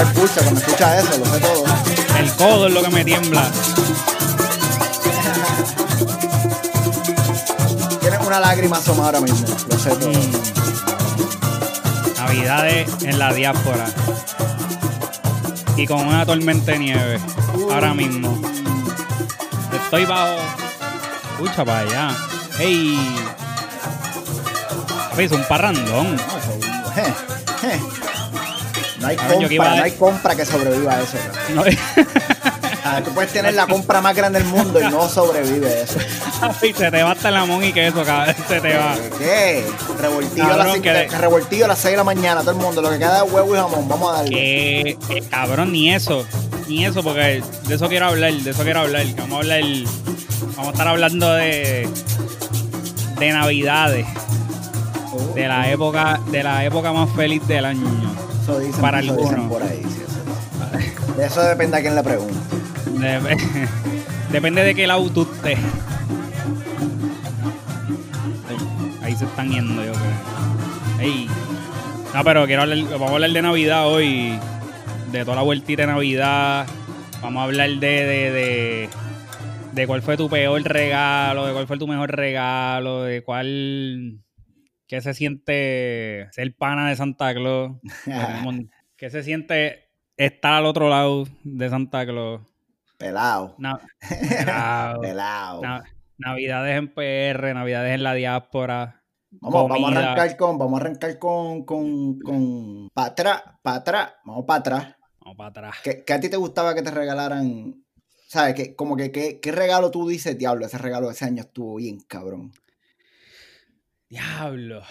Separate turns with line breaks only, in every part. ah, pulsa cuando escucha eso, lo sé todo.
El codo es lo que me tiembla.
Tienes una lágrima asoma ahora mismo, lo sé todo.
Mm. Navidades en la diáspora. Y con una tormenta de nieve. Ahora mismo. Estoy bajo. Escucha para allá. ¡Ey! Papi, Es un parrandón.
No, eso- je, je. No hay
Cabrón, yo que iba
compra,
a dar-
no hay compra que sobreviva a eso. cabrón.
No-
Ah, tú puedes tener la compra más grande del mundo y no sobrevive a eso.
Papi, se te va hasta el jamón y queso, cabrón. Se te va.
¿Qué? Revoltillo a, las
Ah. Cabrón,
cinco-
que de-
revoltillo a las 6 de la mañana, todo el mundo. Lo que queda es huevo y jamón, vamos a darle.
Que, eh, cabrón, ni eso. Ni eso, porque de eso quiero hablar, de eso quiero hablar. que Vamos a hablar. Vamos a estar hablando de. de Navidades.
Oh,
De la época, de la época más feliz del año.
eso dicen,
para
eso dicen
alguno.
por ahí. sí, eso- De eso depende a quién le pregunte.
Dep- Depende de qué lado tú estés. Ay, Ahí se están yendo, yo creo. Ey. No, pero quiero hablar, vamos a hablar de Navidad hoy. De toda la vueltita de Navidad. Vamos a hablar de, de, de, de cuál fue tu peor regalo, de cuál fue tu mejor regalo, de cuál... ¿Qué se siente ser pana de Santa Claus? ¿Qué se siente estar al otro lado de Santa Claus?
Pelado.
Na- Wow.
Pelado.
Na- Navidades en PR, Navidades en la diáspora.
Vamos, vamos a
comida.
arrancar con, vamos a arrancar con, con, con, para atrás, para atrás, vamos para atrás.
Vamos para atrás.
¿Qué, qué a ti te gustaba que te regalaran? ¿Sabes? Que, como que, ¿qué, ¿qué regalo tú dices, diablo? Ese regalo de ese año estuvo bien, cabrón.
Diablo.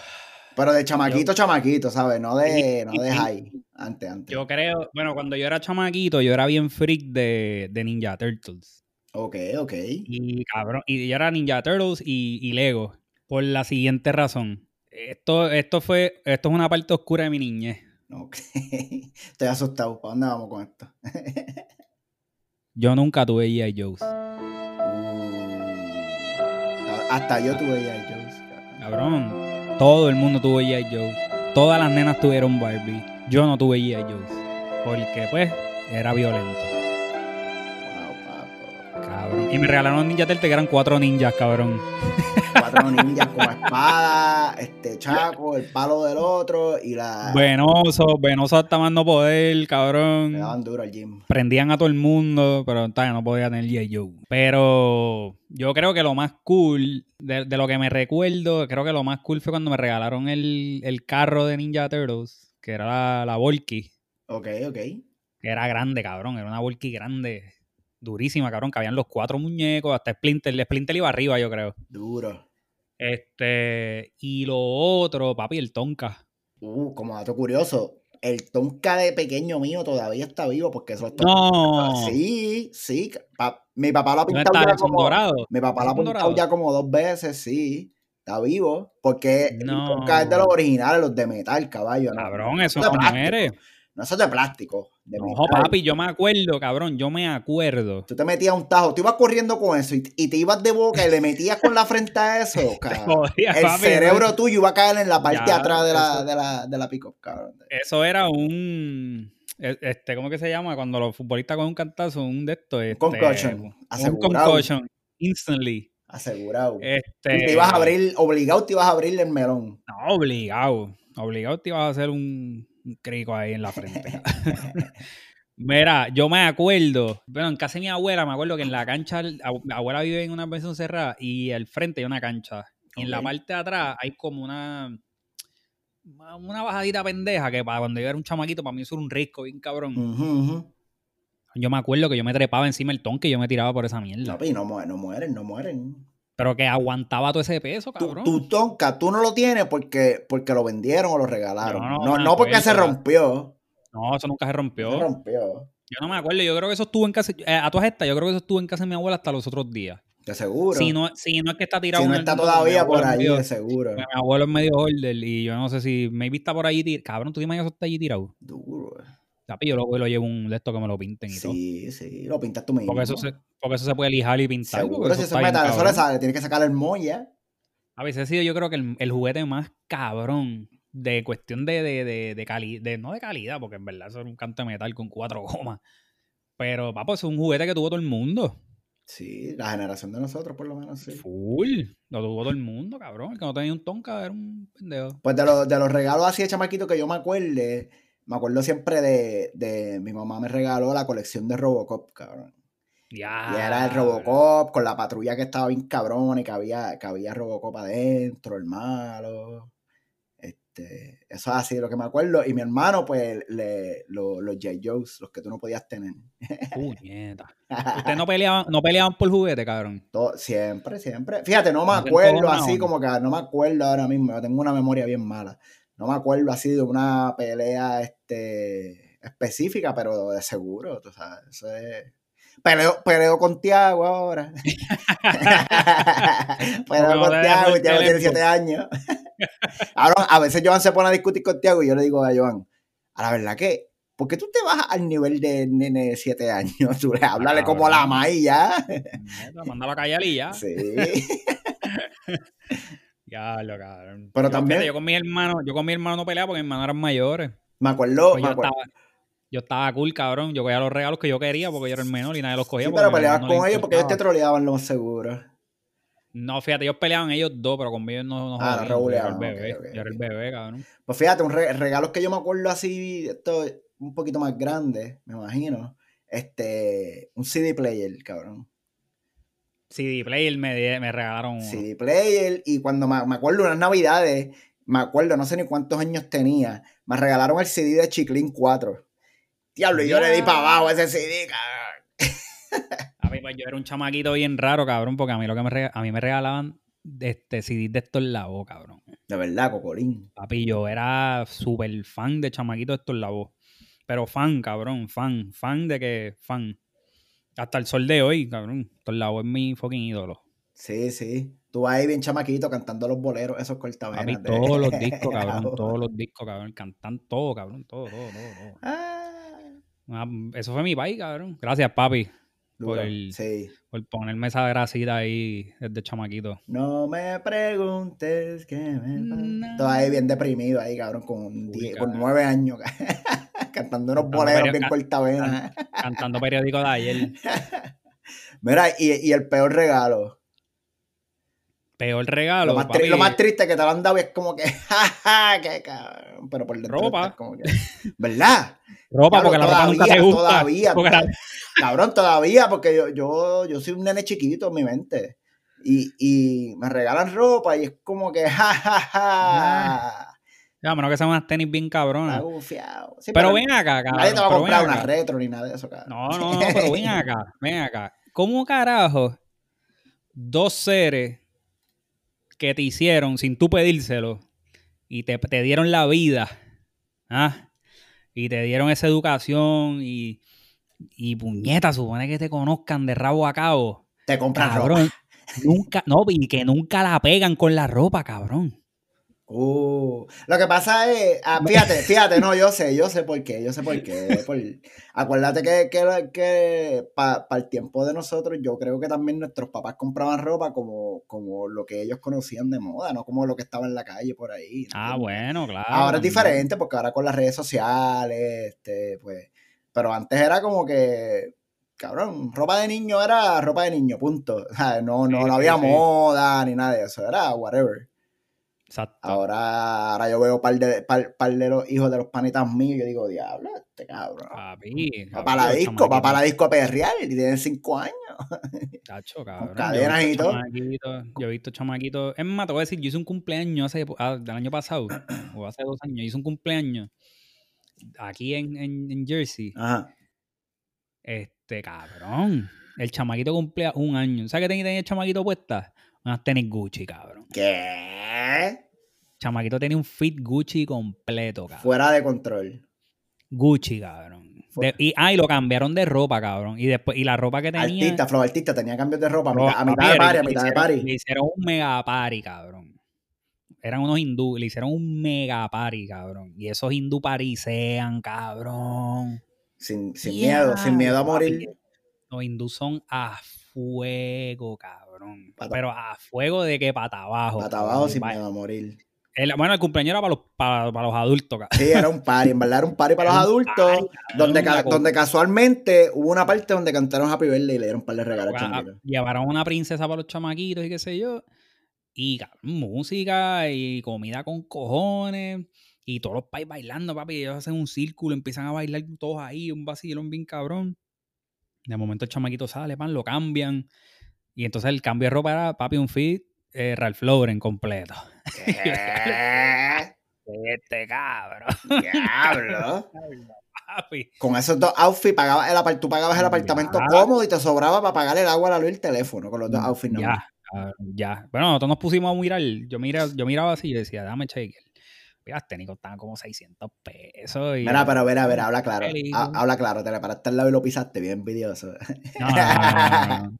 Pero de chamaquito, chamaquito, ¿sabes? No de, no
Sí,
de
sí.
high. Antes, antes.
Yo creo, bueno, cuando yo era chamaquito, yo era bien freak de, de Ninja Turtles.
Ok, ok.
Y cabrón, y yo era Ninja Turtles y, y Lego. Por la siguiente razón. Esto, esto fue, esto es una parte oscura de mi niñez.
Ok. Estoy asustado. ¿Para dónde vamos con esto?
Yo nunca tuve G.I. Joe's.
Uh, Hasta yo tuve ya el
Cabrón, todo el mundo tuvo G.I. Joe. Todas las nenas tuvieron Barbie. Yo no tuve G.I. Joe. Porque, pues, era violento. Cabrón. Y me regalaron Ninja Turtles que eran cuatro ninjas, cabrón.
Cuatro ninjas con espada, este chaco, el palo del otro y la.
Venoso, venoso hasta más no poder,
Le
cabrón.
daban duro al gym.
Prendían a todo el mundo, pero todavía no podía tener G.I. Joe. Pero yo creo que lo más cool, de, de lo que me recuerdo, creo que lo más cool fue cuando me regalaron el, el carro de Ninja Turtles, que era la, la Volky.
Ok, ok.
que era grande, cabrón, era una Volky grande, durísima, cabrón, que habían los cuatro muñecos, hasta Splinter, el Splinter iba arriba, yo creo.
Duro.
Este, y lo otro, papi, el Tonka.
Uh, como dato curioso, el Tonka de pequeño mío todavía está vivo porque eso está.
No,
Ah, Sí, sí. pa- mi papá lo ha
¿dónde
pintado
está
ya
eso,
como.
dorado?
Mi papá lo ha
¿Es un
pintado
dorado?
ya como dos veces, sí. Está vivo. Porque
No.
el Tonka es de los originales, los de metal, caballo. ¿no?
Cabrón, eso
de
no
plástico,
muere.
No, eso es de plástico. De
No,
metal.
papi, yo me acuerdo, cabrón, yo me acuerdo.
Tú te metías un tajo, tú ibas corriendo con eso y, y te ibas de boca y le metías con la frente a eso, cabrón.
Jodía,
El
papi,
cerebro tuyo iba a caer en la parte de
Ya,
atrás de la,
eso-
de la, de la pick-up, cabrón.
Eso era un, e- este, ¿cómo que se llama? Cuando los futbolistas con un cantazo, un de estos. Este,
concussion,
Un
asegurado.
concussion, instantly.
Asegurado.
Este,
Y te ibas a abrir, obligado te ibas a abrir el melón.
No, obligado. Obligado te ibas a hacer un, un crico ahí en la frente. Mira, yo me acuerdo, bueno, en casa de mi abuela, me acuerdo que en la cancha, el- abu- mi abuela vive en una pensión cerrada y al frente hay una cancha. Y en la
Ok.
parte de atrás hay como una una bajadita pendeja que para cuando yo era un chamaquito, para mí eso era un risco bien cabrón.
Ujú, ujú.
Yo me acuerdo que yo me trepaba encima del tonque y yo me tiraba por esa mierda.
No, y no, mu- no mueren, no mueren.
Pero que aguantaba todo ese peso,
Tu,
cabrón.
tu tonka, tú no lo tienes porque, porque lo vendieron o lo regalaron.
Yo
No,
no
no,
me
porque se
acuerdo.
rompió.
No, eso nunca se rompió.
Se rompió.
Yo no me acuerdo, yo creo que eso estuvo en casa, eh, a todas estas, yo creo que eso estuvo en casa de mi abuela hasta los otros días.
De seguro.
Si no, si no es que está tirado.
Si no
en
está
algún lado, mi
todavía
abuelo
por
es
ahí,
medio-
de seguro.
Mi abuelo es medio holder y yo no sé si me está por ahí tirado. Cabrón, tú te imaginas que eso está allí tirado.
Duro.
Papi, yo lo, lo llevo un de estos que me lo pinten y todo.
Sí, sí, lo pintas tú mismo.
Porque eso, se, porque eso se puede lijar y pintar.
Seguro,
porque
si
eso
eso
está
es
bien
metal, eso le
cabrón.
sale, tienes que sacar el moña.
A veces ha sido yo creo que el, el juguete más cabrón de cuestión de, de, de, de calidad, no de calidad, porque en verdad eso era un canto de metal con cuatro gomas. Pero, papo, eso es un juguete que tuvo todo el mundo.
Sí, la generación de nosotros, por lo menos, sí.
Full. Lo tuvo todo el mundo, cabrón. El que no tenía un tonka era un pendejo.
Pues de, los- de los regalos así de chamaquito que yo me acuerde, me acuerdo siempre de, de mi mamá me regaló la colección de Robocop, cabrón.
Ya.
Y era el Robocop con la patrulla que estaba bien cabrón y que había, que había Robocop adentro, el malo. Este, eso es así de lo que me acuerdo. Y mi hermano, pues, le, lo- los J. Joes, los que tú no podías tener.
Puñeta. Ustedes no peleaban, no peleaban por juguete, cabrón.
Todo- siempre, siempre. Fíjate, no me
Como que en toda
acuerdo
una
así
onda.
como que no me acuerdo ahora mismo. Yo tengo una memoria bien mala. No me acuerdo así de una pelea este, específica, pero de seguro, tú sabes. Eso es. Peleo, peleo con Tiago ahora. peleo
Como
con
le
Tiago,
dejo
y
el
Tiago tiene
teléfono.
7 años. Ahora, a veces Joan se pone a discutir con Tiago y yo le digo a Joan, a la verdad que, ¿por qué tú te vas al nivel de nene de 7 años? Tú le háblale como a la
Ah, cabrón. Ah.
maíz ya.
Puñeta, Mándalo a callar y ya.
Sí.
Ya, lo cabrón.
Pero
Yo,
también-
fíjate, Yo con mi hermano, yo con mi hermano no peleaba porque mis hermanos eran mayores.
Me acuerdo,
Pues
me
yo,
acuerdo.
estaba, yo estaba cool, cabrón. Yo cogía los regalos que yo quería porque yo era el menor y nadie los cogía.
Sí,
porque
pero
mi hermano
peleabas
no le
con ellos porque ellos te
importaba.
troleaban, lo más seguro.
No, fíjate, ellos peleaban ellos dos, pero conmigo no, no
Ah, no
jodían, porque yo era el
rebuleaban,
bebé.
ok, ok,
Yo era el
ok.
bebé, cabrón.
Pues fíjate, un re- regalo que yo me acuerdo así, esto un poquito más grande, me imagino. Este, un CD player, cabrón.
CD Player me, di- me regalaron uno.
CD player. Y cuando me, me acuerdo unas navidades, me acuerdo, no sé ni cuántos años tenía, me regalaron el CD de Chiclin 4. Diablo, y yo le di
Ya.
para abajo ese CD, cabrón.
A mí, pues, yo era un chamaquito bien raro, cabrón, porque a mí lo que me, rega- a mí me regalaban este CD de Héctor Lavoe, cabrón.
De verdad, Cocolín.
Papi, yo era súper fan de chamaquito de Héctor Lavoe. Pero fan, cabrón, fan, fan de que fan. Hasta el sol de hoy, cabrón. Héctor Lavoe es mi fucking ídolo.
Sí, sí. Tú ahí bien chamaquito cantando los boleros, esos cortavenas.
Papi,
de-
todos los discos, cabrón,
Lavoe.
todos los discos, cabrón. Cantan todo, cabrón, todo, todo, todo. todo.
Ah.
Ah, eso fue mi país, cabrón. Gracias, papi, por
Duro,
el-
Sí.
por ponerme esa grasita ahí desde chamaquito.
No me preguntes qué me pasa.
No.
Todo ahí bien deprimido ahí, cabrón, con, die- con
cabrón.
nueve años. Cantando unos
Cantando
boleros
varios-
bien
ca- Ah.
cortavenas.
Cantando periódico de ayer.
Mira, y, y el peor regalo.
Peor regalo.
Lo más, tri-
papi,
lo más triste que te lo han dado y es como que, jaja, qué cabrón. Pero por dentro
Ropa.
estás como que, ¿verdad?
ropa,
Diablo,
porque la ropa nunca te gusta.
Todavía,
porque la-
cabrón, todavía, porque yo, yo, yo soy un nene chiquito en mi mente. Y, y me regalan ropa y es como que, jajaja.
Ya, a menos que sean unas tenis bien
Está
cabronas.
gufiado. Sí,
Pero ven acá, cabrón.
Nadie te va a
pero ven
comprar una
acá.
retro ni nada de eso, cabrón.
No, no, no, pero ven acá, ven acá. ¿Cómo carajo dos seres que te hicieron sin tú pedírselo y te, te dieron la vida ¿ah? y te dieron esa educación y, y puñeta, supone que te conozcan de rabo a cabo?
Te compras ropa.
Cabrón, nunca, no, y que nunca la pegan con la ropa, cabrón.
Uh, lo que pasa es, ah, fíjate, fíjate, no, yo sé, yo sé por qué, yo sé por qué. por- acuérdate que, que, para el tiempo de nosotros, yo creo que también nuestros papás compraban ropa como, como lo que ellos conocían de moda, no como lo que estaba en la calle por ahí. ¿entiendes?
Ah, bueno, claro.
Ahora es
también.
diferente porque ahora con las redes sociales, este, pues, pero antes era como que, cabrón, ropa de niño era ropa de niño, punto. O sea, No, no,
Sí,
no
sí,
había
sí.
moda ni nada de eso, era whatever.
Exacto.
Ahora, ahora yo veo par de, par, par de los hijos de los panitas míos y yo digo, diablo, este cabrón.
Ah, Papi,
Va para la
los
disco, va
chamaquitos.
para la disco a perrear y tiene cinco años.
Chacho, cabrón.
cadenas
yo he
y
visto
todo.
chamaquitos, Yo he visto chamaquitos. Es más, te voy a decir, yo hice un cumpleaños hace, ah, del año pasado, o hace dos años, hice un cumpleaños aquí en, en- en Jersey.
Ajá.
Este, cabrón. El chamaquito cumplía un año. ¿Sabes qué tenía, tenía el chamaquito puesta? Unas tenis Gucci, cabrón.
¿Qué?
Chamaquito tenía un fit Gucci completo, cabrón.
Fuera de control.
Gucci, cabrón.
Fue-
De- y, ah, y lo cambiaron de ropa, cabrón. Y después, y la ropa que tenía.
Artista, flow artista, tenía cambios de ropa a
Ro-
mitad, a mitad de
papi, le-
party, a
le
mitad de
hicieron-
party.
Le hicieron un mega party, cabrón. Eran unos hindú, le hicieron un mega party, cabrón. Y esos hindú parisean, cabrón.
Sin, sin
Ya,
miedo, sin miedo a
papi.
morir.
Los hindú son a fuego, cabrón.
Pata-
Pero a fuego de que pata abajo.
Pata
cabrón.
abajo sin
Va-
miedo a morir.
El- bueno, el cumpleaños era para los, para, para los adultos, cabrón.
Sí, era un party, en verdad era un party para los
Era un
adultos,
party, cabrón,
donde,
una
ca-
cosa.
donde casualmente hubo una parte donde cantaron Happy Birthday y le dieron un par de regalos.
Porque, ah,
chamaquitos.
Llevaron una princesa para los chamaquitos y qué sé yo. Y cabrón, música y comida con cojones. Y todos los pais bailando, papi. Ellos hacen un círculo, empiezan a bailar todos ahí, un vacilón bien cabrón. De momento el chamaquito sale, pan, lo cambian. Y entonces el cambio de ropa era, papi, un fit eh, Ralph Lauren completo.
¿Qué?
Este cabrón,
Diablo.
papi.
Con esos dos outfits pagabas el, apart- tú pagabas el apartamento
Ya.
cómodo y te sobraba para pagar el agua, la luz y el teléfono con los dos outfits. nada más.
Ya, ah, ya. Bueno, nosotros nos pusimos a mirar. Yo, mira, yo miraba así y yo decía, dame cheque. Mira, los técnicos estaban como 600 pesos. Y
Mira, pero verá, verá, habla claro.
Feliz.
ha- habla claro, te le paraste al lado y lo pisaste, bien envidioso.
No, no, no, no, no, no.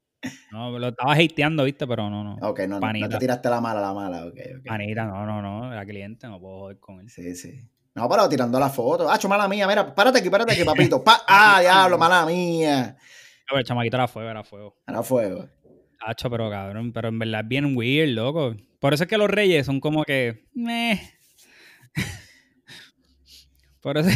No, lo estaba hateando, viste, pero no, no.
Ok, no, no, no te
Panita.
tiraste la mala, la mala, ok, ok.
Manita, no, no, no. Era cliente, no puedo joder con él.
Sí, sí. No, pero tirando la foto. Ah, mala mía, mira, párate aquí, párate aquí, papito. Pa- ah, diablo, mala mía.
Pero el chamaquito era fuego, era fuego.
Ahora fuego.
Hacho, pero cabrón, pero en verdad es bien weird, loco. Por eso es que los reyes son como que. meh. Por eso,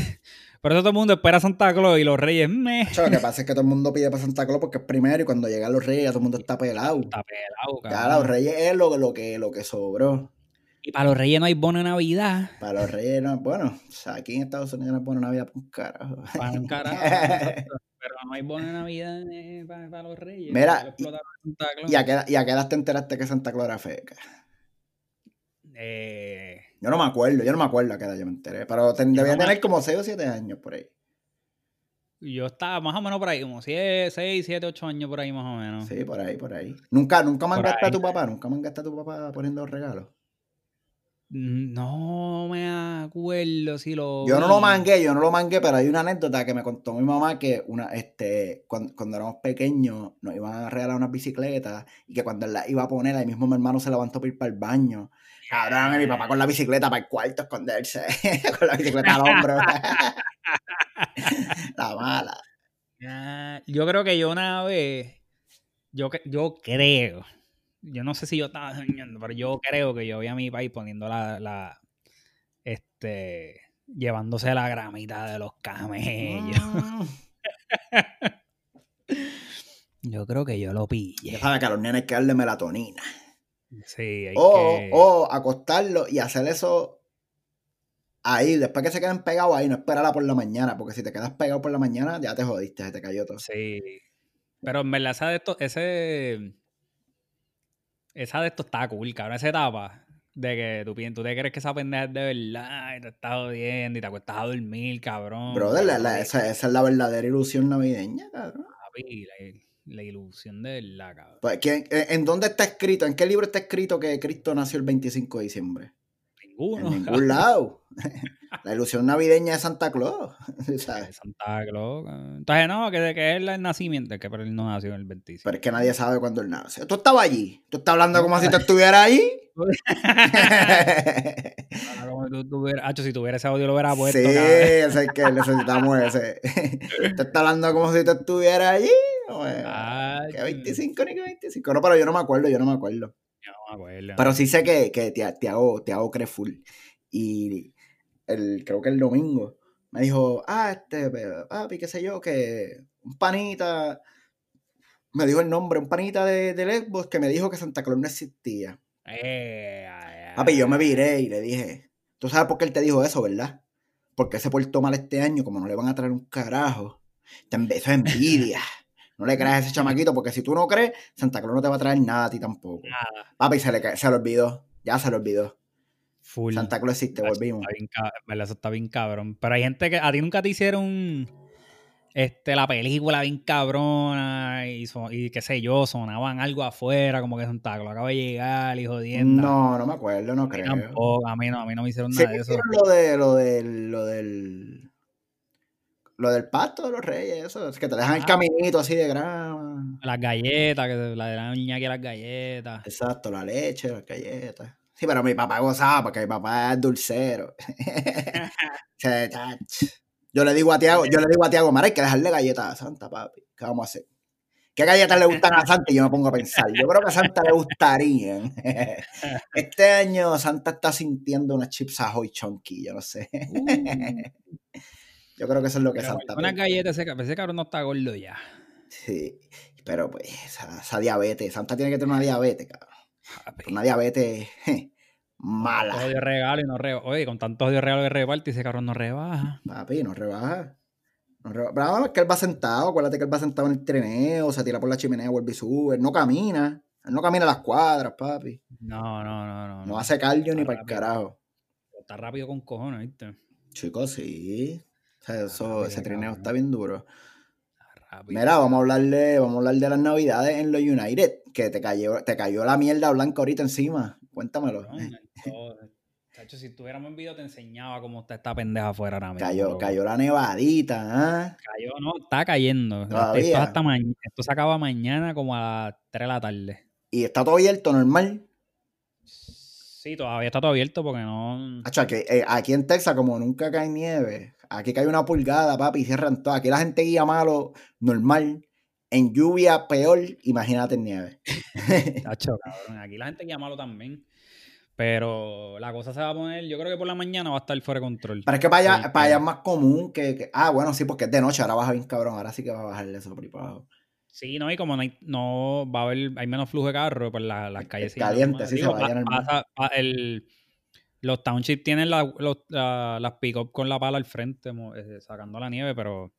por eso todo el mundo espera a Santa Claus y los reyes. meh.
Chacho, lo que pasa es que todo el mundo pide para Santa Claus porque es primero y cuando llegan los reyes ya todo el mundo está pelado.
Está pelado,
Ya
cabrón.
los reyes es lo, lo, que, lo que sobró.
Y para los reyes no hay bono de Navidad.
Para los reyes, no, bueno, o sea, aquí en Estados Unidos no pone Navidad por un carajo.
Para un carajo. exacto. Pero no hay bono de Navidad eh, para, para los reyes.
Mira,
Ya lo explotaron a Santa Claus.
¿Y a, qué, edad- ¿Y a qué edad te enteraste que Santa Claus era feca?
Eh,
Yo no me acuerdo, yo no me acuerdo a qué edad yo me enteré, pero ten- debía
no me-
tener como 6 o 7 años por ahí.
yo estaba más o menos por ahí, como 6, 7, 8 años por ahí más o menos.
Sí, por ahí, por ahí. Nunca, nunca
Por
mangaste a
ahí.
tu papá, nunca mangaste a tu papá poniendo regalos.
Mm, No me acuerdo si lo.
Yo no lo
vi.
mangué, yo no lo mangué, pero hay una anécdota que me contó mi mamá que una, este, cuan- cuando, éramos pequeños nos iban a regalar unas bicicletas y que cuando él las iba a poner, ahí mismo mi hermano se levantó para ir para el baño. Cabrón, y mi papá con la bicicleta para el cuarto a esconderse, con la bicicleta al hombro. la mala.
Ah, Yo creo que yo una vez. Yo, cre- yo creo. Yo no sé si yo estaba soñando, pero yo creo que yo vi a mi país poniendo la. la- este. Llevándose la gramita de los camellos.
Mm.
Yo creo que yo lo
Ya
pillé.
sabes que a los nenes hay que darle melatonina.
Sí, hay
O,
que-
o acostarlo y hacer eso ahí, después que se queden pegados ahí, no esperarla por la mañana, porque si te quedas pegado por la mañana, ya te jodiste, se te cayó todo.
Sí. Pero en verdad, esa de estos, ese. Esa de estos está cool, cabrón. Esa etapa de que tú, pi- tú te crees que esa pendeja es de verdad y te estás jodiendo y te acuestas a dormir, cabrón.
Brother, la-
Pero,
la- esa, esa es la verdadera ilusión navideña, cabrón.
papi, la, la ilusión de verdad, cabrón.
Pues, ¿quién- eh, ¿En dónde está escrito? ¿En qué libro está escrito que Cristo nació el 25 de diciembre? En
Ninguno.
ningún lado. la ilusión navideña de Santa Claus. ¿sabes?
cabrón. Santa Claus. cabrón. Entonces, no, que, que es la- el nacimiento, que pero él no nació en el 25.
Pero es que nadie sabe cuándo él nació. Tú estabas allí. Tú estás hablando como si tú estuvieras ahí.
Ahora, como tú tuvieras- Hacho, si tuviera ese audio lo hubiera puesto,
sí,
cabrón.
ese es que necesitamos ese. te está hablando como si te estuviera allí. bueno,
Ah,
que
Hacho.
25 ni que 25. No, pero yo no me acuerdo, yo no me acuerdo.
Yo no me acuerdo.
Pero sí sé que, que Tia- Tiago, Tiago cree full. Y el, creo que el domingo me dijo, ah, este, pe- papi, qué sé yo, que un panita. Me dijo el nombre, un panita de, de Lesbos que me dijo que Santa Claus no existía.
Eh, ay, ay.
Papi, Ah, pues yo me viré y le dije, tú sabes por qué él te dijo eso, ¿verdad? Porque él se portó mal este año, como no le van a traer un carajo. Te env- Eso es envidia. No le creas a ese chamaquito, porque si tú no crees, Santa Claus no te va a traer nada a ti tampoco.
Nada.
Papi, se le, ca- se le olvidó. Ya se le olvidó.
Full.
Santa Claus existe,
Nacho,
volvimos.
Está bien, ca- en verdad, eso está bien cabrón. Pero hay gente que a ti nunca te hicieron este, la película bien cabrona y, so- y qué sé yo, sonaban algo afuera, como que Santa Claus acaba de llegar y jodiendo.
No, no me acuerdo, no creo.
Tampoco, a mí no, a mí no me hicieron
Sí,
nada de eso.
hicieron lo, de, lo, del, lo del. Lo del pacto de los reyes, eso. Es que te dejan el
Ah.
caminito así de grama.
Las galletas, que se- la de la niña que las galletas.
Exacto, la leche, las galletas. Sí, pero mi papá gozaba porque mi papá es dulcero. Se- ach. yo le digo a Tiago, yo le digo a Tiago, Mara, hay que dejarle galletas a Santa, papi. ¿Qué vamos a hacer? ¿Qué galletas le gustan a Santa? Y yo me pongo a pensar. Yo creo que a Santa le gustarían. Este año Santa está sintiendo unas chips Ahoy chunky, yo no sé. Yo creo que eso es lo que
Uh, Pero
Santa... piensa.
Unas galletas, ese, ca- ese cabrón no está gordo ya.
Sí. Pero pues, esa, esa diabetes. Santa tiene que tener una diabetes, cabrón.
Papi,
Una diabetes je, mala.
Tantos de regalo y no rebaja. Oye, con tantos de regalo que reparte, ese cabrón no rebaja.
Papi, no rebaja. No rebaja. Pero nada, es que él va sentado, acuérdate que él va sentado en el trineo, se tira por la chimenea, vuelve y sube. Él no camina. Él no camina las cuadras, papi.
No, no, no, no.
No hace cardio ni
Está
para el
rápido.
carajo.
Está rápido con cojones, ¿viste? Está
Chicos, sí. O sea, eso-
rápido,
ese trineo
cabrón.
está bien duro.
rápido.
Mira, vamos a hablarle, vamos a hablar de las navidades en los United, que te cayó, te cayó la mierda blanca ahorita encima. Cuéntamelo.
cabrón, entonces, chacho, si tuviéramos en video te enseñaba cómo está esta pendeja afuera ahora mismo.
Cayó,
loco.
cayó la nevadita, ¿ah?
Cayó, no, está cayendo. Este, Esto- Esto,
Todavía.
hasta ma- esto se acaba mañana como a las 3 de la tarde.
Y está todo abierto, normal.
Sí, todavía está todo abierto porque no.
Hacho, aquí, eh, aquí en Texas, como nunca cae nieve, aquí cae una pulgada, papi, y cierran todo. Aquí la gente guía malo, normal. En lluvia, peor, imagínate en nieve.
Chacho, cabrón. Aquí la gente llama malo también. Pero la cosa se va a poner. Yo creo que por la mañana va a estar fuera de control.
Pero es que para allá,
Sí,
para allá
claro.
es más común que, que- Ah, bueno, sí, porque es de noche, ahora baja bien cabrón, ahora sí que va a bajarle eso por ahí para abajo.
Sí, no, y como no, hay, no va a haber, hay menos flujo de carro, pues la- las calles siguen
caliente,
normales.
sí, se
Digo,
va
pa-
a llenar más.
pasa- pa- el- los townships tienen la- los- la- las pick-up con la pala al frente, mo- eh, sacando la nieve, pero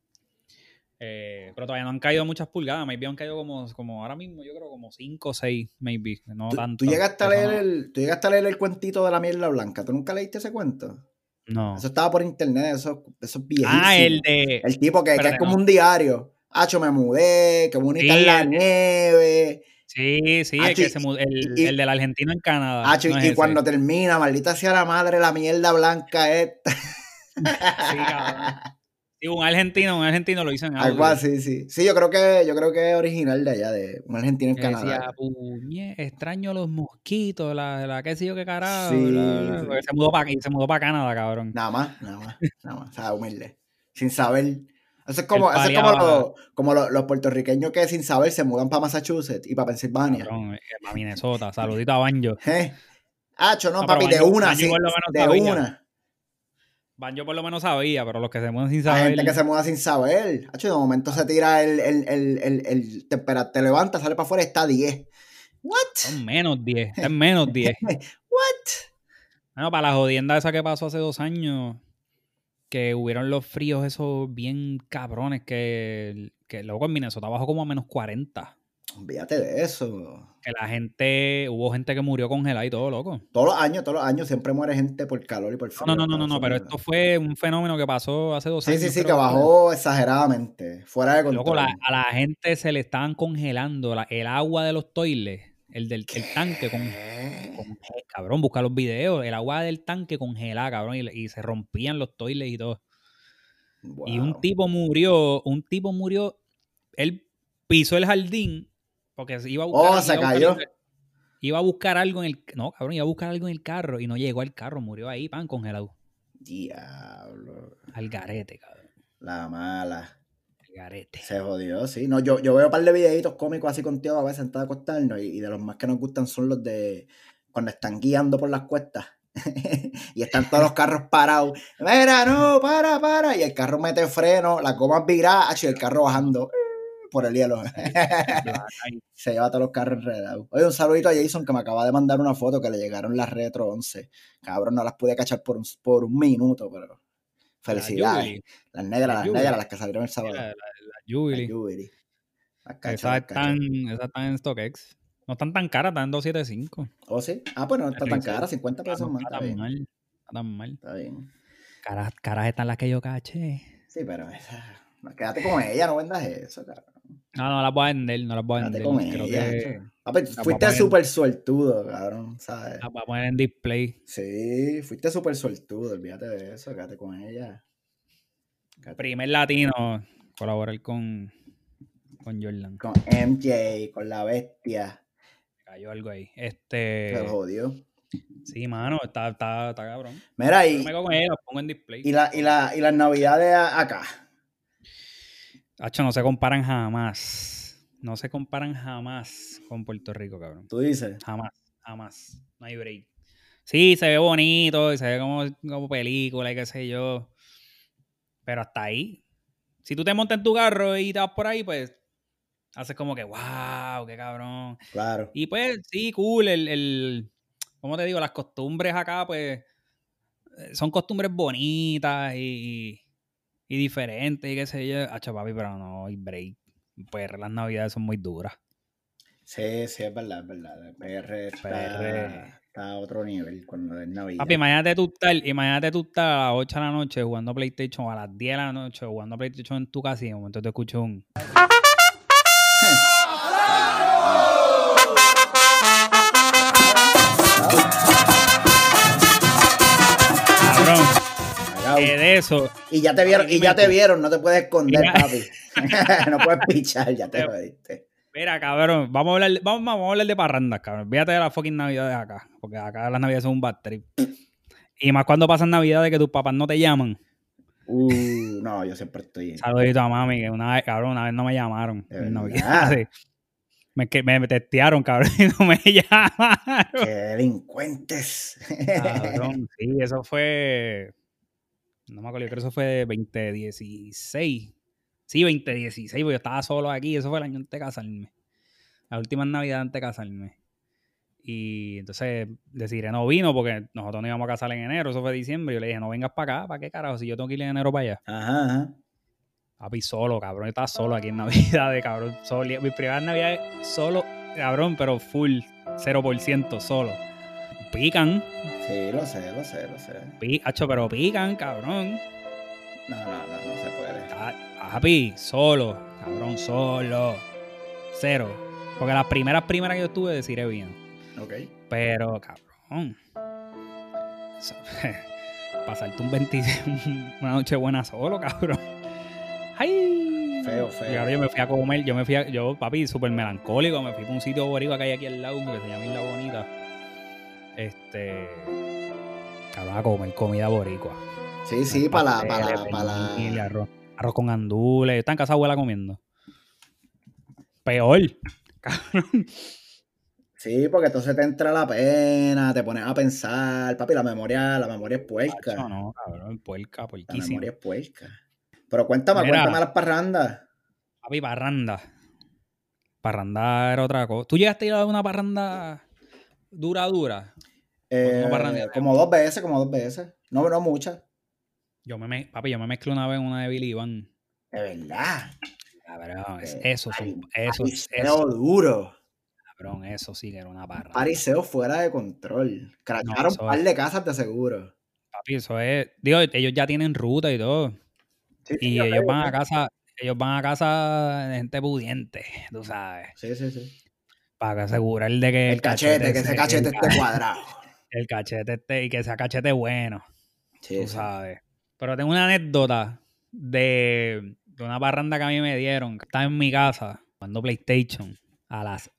eh, pero todavía no han caído muchas pulgadas. Maybe han caído como, como ahora mismo, yo creo, como 5 o 6, maybe. No
¿Tú,
tanto.
tú llegaste a
Eso
leer el, tú llegaste a leer el cuentito de la mierda blanca. ¿Tú nunca leíste ese cuento?
No. no.
Eso estaba por internet, eso, eso es viejísimo.
Ah, el de.
El tipo que, que es
Espérate,
como
no.
un diario. Hacho, me mudé, qué bonita
Sí,
es la
el-
nieve.
Sí, sí,
Ah,
el, que
sí,
se mu- el,
y-
el del argentino en Canadá.
Hacho,
no es
Ah, y
ese.
cuando termina, maldita sea la madre, la mierda blanca esta.
Sí, cabrón. Sí, un argentino, un argentino lo hizo en
Algo
audio.
así, sí. Sí, yo creo que, yo creo que es original de allá, de un argentino en
Que decía,
Canadá.
"Puñe, extraño los mosquitos, la, la qué sé yo qué carajo.
Sí,
bla, bla, bla". Porque
sí.
se mudó para se mudó pa' Canadá, cabrón.
Nada más, nada más, nada más. O sea, humilde. Sin saber. Eso es como,
Él
eso es como,
pariaba.
los, como los, los puertorriqueños que sin saber se mudan para Massachusetts y para Pensilvania.
Cabrón, eh, pa' Minnesota. Saludito a Banjo.
¿Eh? Hacho, no,
No, pero
papi, de
Banjo-
una,
Banjo
sí.
igual lo menos
De
sabía.
una.
Banjo por lo menos sabía, pero los que se mudan sin
Hay
saber.
gente que se muda sin saber. Hacho, de momento se tira el, el, el, el, el tempera- te levanta, sale para afuera y está a 10. ¿What?
Son menos 10, está en menos 10.
¿What?
Bueno, para la jodienda esa que pasó hace dos años, que hubieron los fríos esos bien cabrones, que, que luego en Minnesota bajó como a menos 40.
Olvídate de eso.
Que la gente, hubo gente que murió congelada y todo, loco.
Todos los años, todos los años siempre muere gente por calor y por frío.
No, no, no, no, no,
Estados
no, pero
Unidos.
esto fue un fenómeno que pasó hace dos
Sí,
años.
sí, sí,
creo
que
fue.
bajó exageradamente, fuera de control.
Loco, la- a la gente se le estaban congelando la- el agua de los toiles, el del el tanque con,
¿Qué?
con- Cabrón, busca los videos, el agua del tanque congelada, cabrón, y, le- y se rompían los toiles y todo. Y un
Wow.
tipo murió, un tipo murió, él pisó el jardín porque se iba a buscar,
Oh, se
iba a buscar-
cayó.
iba a buscar algo en el, no, cabrón, iba a buscar algo en el carro y no llegó al carro, murió ahí, pan, congelado.
Diablo.
Al garete, cabrón,
La mala.
al garete.
Se jodió, sí. No, yo, yo veo un par de videitos cómicos así con tío a veces sentado a acostarnos y, y de los más que nos gustan son los de cuando están guiando por las cuestas y están todos los carros parados. Mira, no, para, para. Y el carro mete freno, las gomas viradas acho, y el carro bajando eh, por el hielo. Se lleva todos los carros enredados. Oye, un saludito a Jason que me acaba de mandar una foto que le llegaron las Retro 11. Cabrón, no las pude cachar por un, por un minuto, pero felicidades. Las negras,
Las
las
Jubilee.
negras, las que salieron el sábado.
La, la,
Las
Jubilee.
Jubilee. Las cachas,
Esas
las cachas.
están, esas están en StockX. No están tan caras, están en 275.
¿Oh, sí? Ah, pues no está tan
Revisé.
cara, 50 pesos
no
más.
está
Está
tan
bien.
mal. Está tan mal.
Está bien.
Caras, caras están las que yo caché.
Sí, pero esa- no, quédate con ella, no vendas eso, cabrón.
No, no las voy a vender, no las voy a
Quédate
vender.
con
Creo
ella.
que
chacho. Ah, pues,
la
fuiste
papá en-
súper sueltudo, cabrón, ¿sabes?
las voy a poner en display.
Sí, fuiste súper sueltudo, olvídate de eso, quédate con ella.
Primer latino colaborar con, con Jordan.
con MJ, con la bestia.
Me cayó algo ahí. Este.
Se jodió.
Sí, mano, está, está, está cabrón.
Mira,
Yo
y,
me quedo con ella, las pongo en display.
y, la, y, la, y las navidades a- acá.
Hacho, no se comparan jamás. no se comparan jamás con Puerto Rico, cabrón.
Tú dices.
Jamás, jamás. No hay break. Sí, se ve bonito y se ve como, como película y qué sé yo. Pero hasta ahí. Si tú te montas en tu carro y te vas por ahí, pues haces como que, wow, qué cabrón.
Claro.
Y pues, sí, cool. El, el, ¿Cómo te digo? Las costumbres acá, pues, eh, son costumbres bonitas y, y diferentes y qué sé yo. Hacho, papi, pero no hay break. PR, las navidades son muy duras.
Sí, sí, es verdad, es verdad. El PR está,
PR.
está a otro nivel cuando es Navidad.
Papi, imagínate tú estar, imagínate tú estar a las 8 de la noche jugando PlayStation, o a las 10 de la noche jugando PlayStation en tu casa y de momento te escucho un... Cabrón,
Cagao.
que de eso
Y ya te vieron, y ya te vieron, no te puedes esconder,
Ya.
papi. no puedes pichar, ya te
Ya.
lo diste.
Mira, cabrón, vamos a hablar, vamos, vamos a hablar de parrandas, cabrón. Fíjate de las fucking navidades acá, porque acá las navidades son un bad trip. Y más cuando pasan navidades que tus papás no te llaman.
Uh, no, yo siempre estoy.
Saludito a mami, que una vez, cabrón, una vez no me llamaron.
¿De
en
verdad?
Navidades. Me, que- me, me testearon, cabrón, y no me llamaron.
¡Qué delincuentes!
Cabrón, sí, eso fue. No me acuerdo, yo creo que eso fue de 2016. Sí, 2016, porque yo estaba solo aquí. Eso fue el año antes de casarme. La última Navidad antes de casarme. Y entonces decidiré no vino porque nosotros no íbamos a casar en enero, eso fue diciembre. Yo le dije, no vengas para acá, ¿para qué carajo? Si yo tengo que ir en enero para allá.
ajá, ajá.
Papi, solo, cabrón. Yo estaba solo aquí en Navidad, de cabrón. Solo. Mi primera Navidad solo, cabrón, pero full, 0% solo. Pican,
Sí, lo sé, lo sé, lo sé.
pi- acho, pero pican, cabrón.
No, no, no, no se puede.
Ah, Papi, solo, cabrón, solo. Cero. Porque las primeras, primeras que yo estuve, deciré bien.
Ok.
Pero, cabrón. so- Pasarte un 20, una noche buena solo, cabrón. ¡Ay!
Feo, feo.
Y ahora yo me fui a comer, yo me fui a, yo, papi, súper melancólico, me fui para un sitio boricua que hay aquí al lado, que se llama Isla Bonita. Este. Cabrón, a comer comida boricua.
Sí, sí, para la, para la, para
Y
la.
arroz, arroz con gandules. Está en casa abuela comiendo. Peor. Cabrón.
Sí, porque entonces te entra la pena, te pones a pensar, papi, la memoria, la memoria es puerca.
Macho, no, cabrón. Puerca,
La
puerquísima.
memoria es puerca. Pero cuéntame,
Mira.
cuéntame las parrandas.
Papi, parranda. Parranda era otra cosa. ¿Tú llegaste a ir a una parranda dura, dura?
Eh,
no parrandeas?
como dos veces, como dos veces. No, no muchas.
Yo me, me- papi, yo me mezclé una vez en una de Billy Van.
De verdad.
Cabrón, es-
Eh,
eso, es un- eso, es-
Pariseo
eso,
duro.
cabrón, eso sí que era una parranda.
Pariseo fuera de control. Cracharon
eso
un par
es.
de casas de seguro.
Papi, eso es. Digo, ellos ya tienen ruta y todo.
Sí, sí,
Y
yo
ellos
sé,
van
yo
a casa, ellos van a casa de gente pudiente, tú sabes.
sé. Sí, sí, sí.
Para asegurar de que.
El cachete, que ese
esté-
cachete
el ca-
esté cuadrado.
El cachete esté- y que sea cachete bueno.
Sí, sí.
tú sabes. Pero tengo una anécdota de, de una barranda que a mí me dieron. Estaba en mi casa jugando PlayStation a las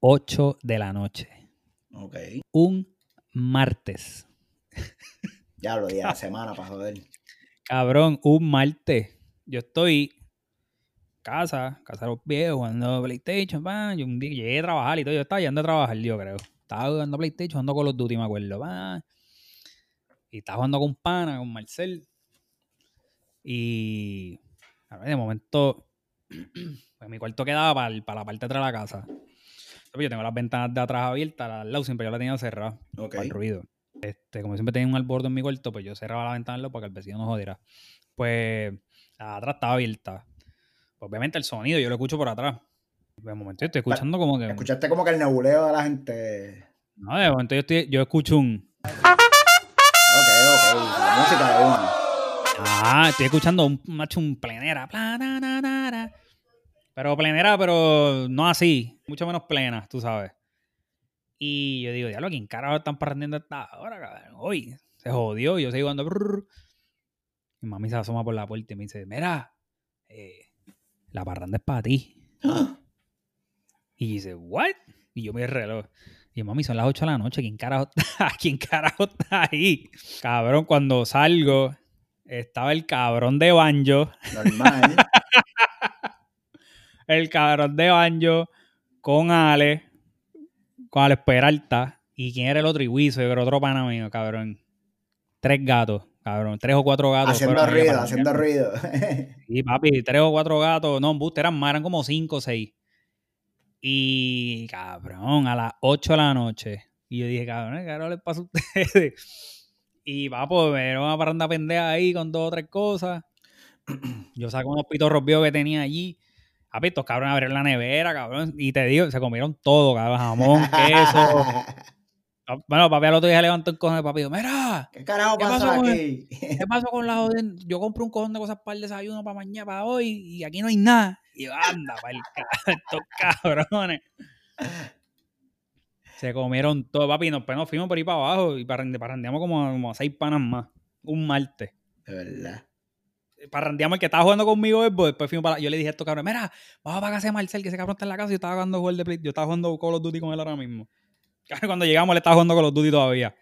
8 de la noche.
Ok.
Un martes.
Ya lo día de la semana para joder.
Cabrón, un martes. Yo estoy casa, casa de los viejos, jugando PlayStation, pan. Yo un día llegué a trabajar y todo. Yo estaba yendo a trabajar, yo creo. Estaba jugando PlayStation, jugando Call of Duty, me acuerdo, pan. Y estaba jugando con Pana, con Marcel. Y a ver, de momento, pues, mi cuarto quedaba para, la parte de atrás de la casa. Entonces, Yo tengo las ventanas de atrás abiertas, la del lado siempre yo la tenía cerrada
Ok.
para el ruido. Este, como siempre tenía un alboroto en mi cuarto, pues yo cerraba la ventana para que el vecino no jodiera. Pues la de atrás estaba abierta. Pues, Obviamente el sonido yo lo escucho por atrás. De momento yo estoy escuchando como que...
Escuchaste como que el nebuleo de la gente.
No, de momento yo, estoy- yo escucho un...
Ok, ok. La música de una.
Ah, estoy escuchando un macho, un plenera. pla, na, na, na, na. Pero plenera, pero no así. Mucho menos plena, tú sabes. Y yo digo, diablo, ¿quién carajo están parrandiendo hasta ahora, cabrón? Hoy se jodió. y Yo sigo jugando. brrr. Mi mami se asoma por la puerta y me dice, mira, eh, la parranda es para ti. Y dice, ¿what? Y yo miro el reloj. Y yo, mami, son las 8 de la noche. ¿Quién carajo está, ¿Quién carajo está ahí? Cabrón, cuando salgo, estaba el cabrón de Banjo.
Normal.
el cabrón de Banjo con Ale, con Alex Peralta. ¿Y quién era el otro Iguizo? Yo creo otro pana mío, cabrón. Tres gatos, cabrón. Tres o cuatro gatos.
Haciendo
fueron ahí a
ruido,
pasear.
haciendo ruido.
Sí, papi, tres o cuatro gatos. No, embuste, eran más, eran como cinco o seis. Y, cabrón, a las ocho de la noche. Y yo dije, cabrón, ¿qué ahora les pasa a ustedes? Y, papo, me dieron una parranda pendeja ahí con dos o tres cosas. Yo saco unos pitos viejos que tenía allí. Papi, estos cabrón abrieron la nevera, cabrón. Y te digo, se comieron todo, cabrón. Jamón, queso. Bueno, papi al otro día se levantó el cojón de papi. y dijo, Mira,
¿Qué carajo
¿Qué
pasó,
pasó con
aquí?
¿Qué pasó con la joden? Yo compré un cojón de cosas para el desayuno para mañana, para hoy, y aquí no hay nada. Y yo, anda, para el ca- estos cabrones. Se comieron todo, papi, y nos, pues, nos fuimos por ahí para abajo y parrande- parrandeamos como, como a seis panas más. Un martes.
De verdad.
Parrandeamos el que estaba jugando conmigo, Erbo, después fuimos para Yo le dije a estos cabrones, mira, vamos para casa de Marcel, que ese cabrón está en la casa y yo estaba jugando Call de Play- yo estaba jugando Call of Duty con él ahora mismo. Cuando llegamos, él estaba jugando Call of Duty todavía.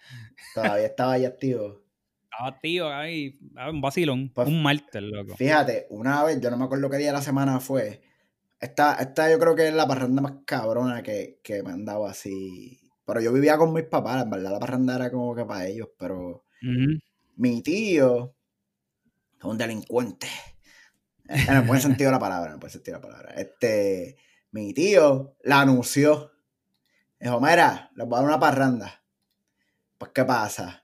Todavía estaba ahí activo.
Estaba tío, ahí, un vacilón.
Pues-
un martes, loco.
Fíjate, una vez, yo no me acuerdo qué día de la semana fue. Esta, esta yo creo que es la parranda más cabrona que, que me han dado así. Pero yo vivía con mis papás, en verdad la parranda era como que para ellos, pero
Ujú.
mi tío es un delincuente. Eh, En el buen sentido de la palabra, en el buen sentido de la palabra. Este, mi tío la anunció. Dijo, mira, les voy a dar una parranda. Pues, ¿qué pasa?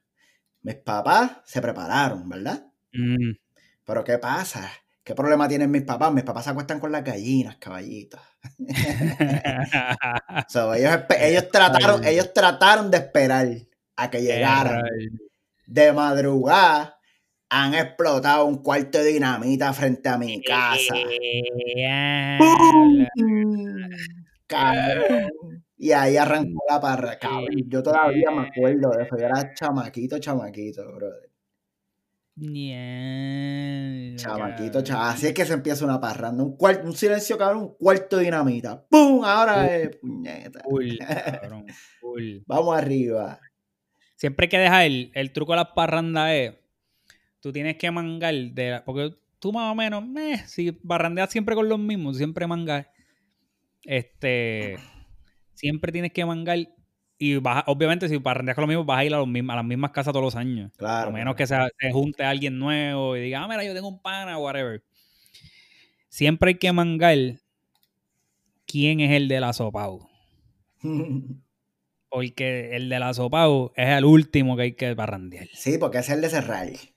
Mis papás se prepararon, ¿verdad?
Mm,
Pero ¿qué pasa? ¿Qué problema tienen mis papás? Mis papás se acuestan con las gallinas, caballitos. So, ellos, espe- ellos, trataron,
Ay.
ellos trataron de esperar a que llegaran. De madrugada han explotado un cuarto de dinamita frente a mi casa.
Eh,
¡Pum! Cabrón. Y ahí arrancó la parra. Cabrón. Yo todavía me acuerdo de eso. Yo era chamaquito, chamaquito, brother.
ñe-
Chamaquito, cha- Así es que se empieza una parranda. Un, cuar- un silencio, cabrón. Un cuarto de dinamita. ¡Pum! Ahora es puñeta.
Full, cabrón, full.
Vamos arriba.
Siempre hay que dejar el, el truco de las parrandas es, tú tienes que mangar, de la- porque tú más o menos, meh, si parrandeas siempre con los mismos, siempre mangas, este, siempre tienes que mangar y vas, a- obviamente si parrandeas con los mismos vas a ir a, los mismos, a las mismas casas todos los años.
Claro.
A menos que se, se junte alguien nuevo y diga, ah, mira, yo tengo un pana, whatever. Siempre hay que mangar quién es el del asopao. Porque el del asopao es el último que hay que parrandear.
Sí, porque ese es el de cerrar. Ese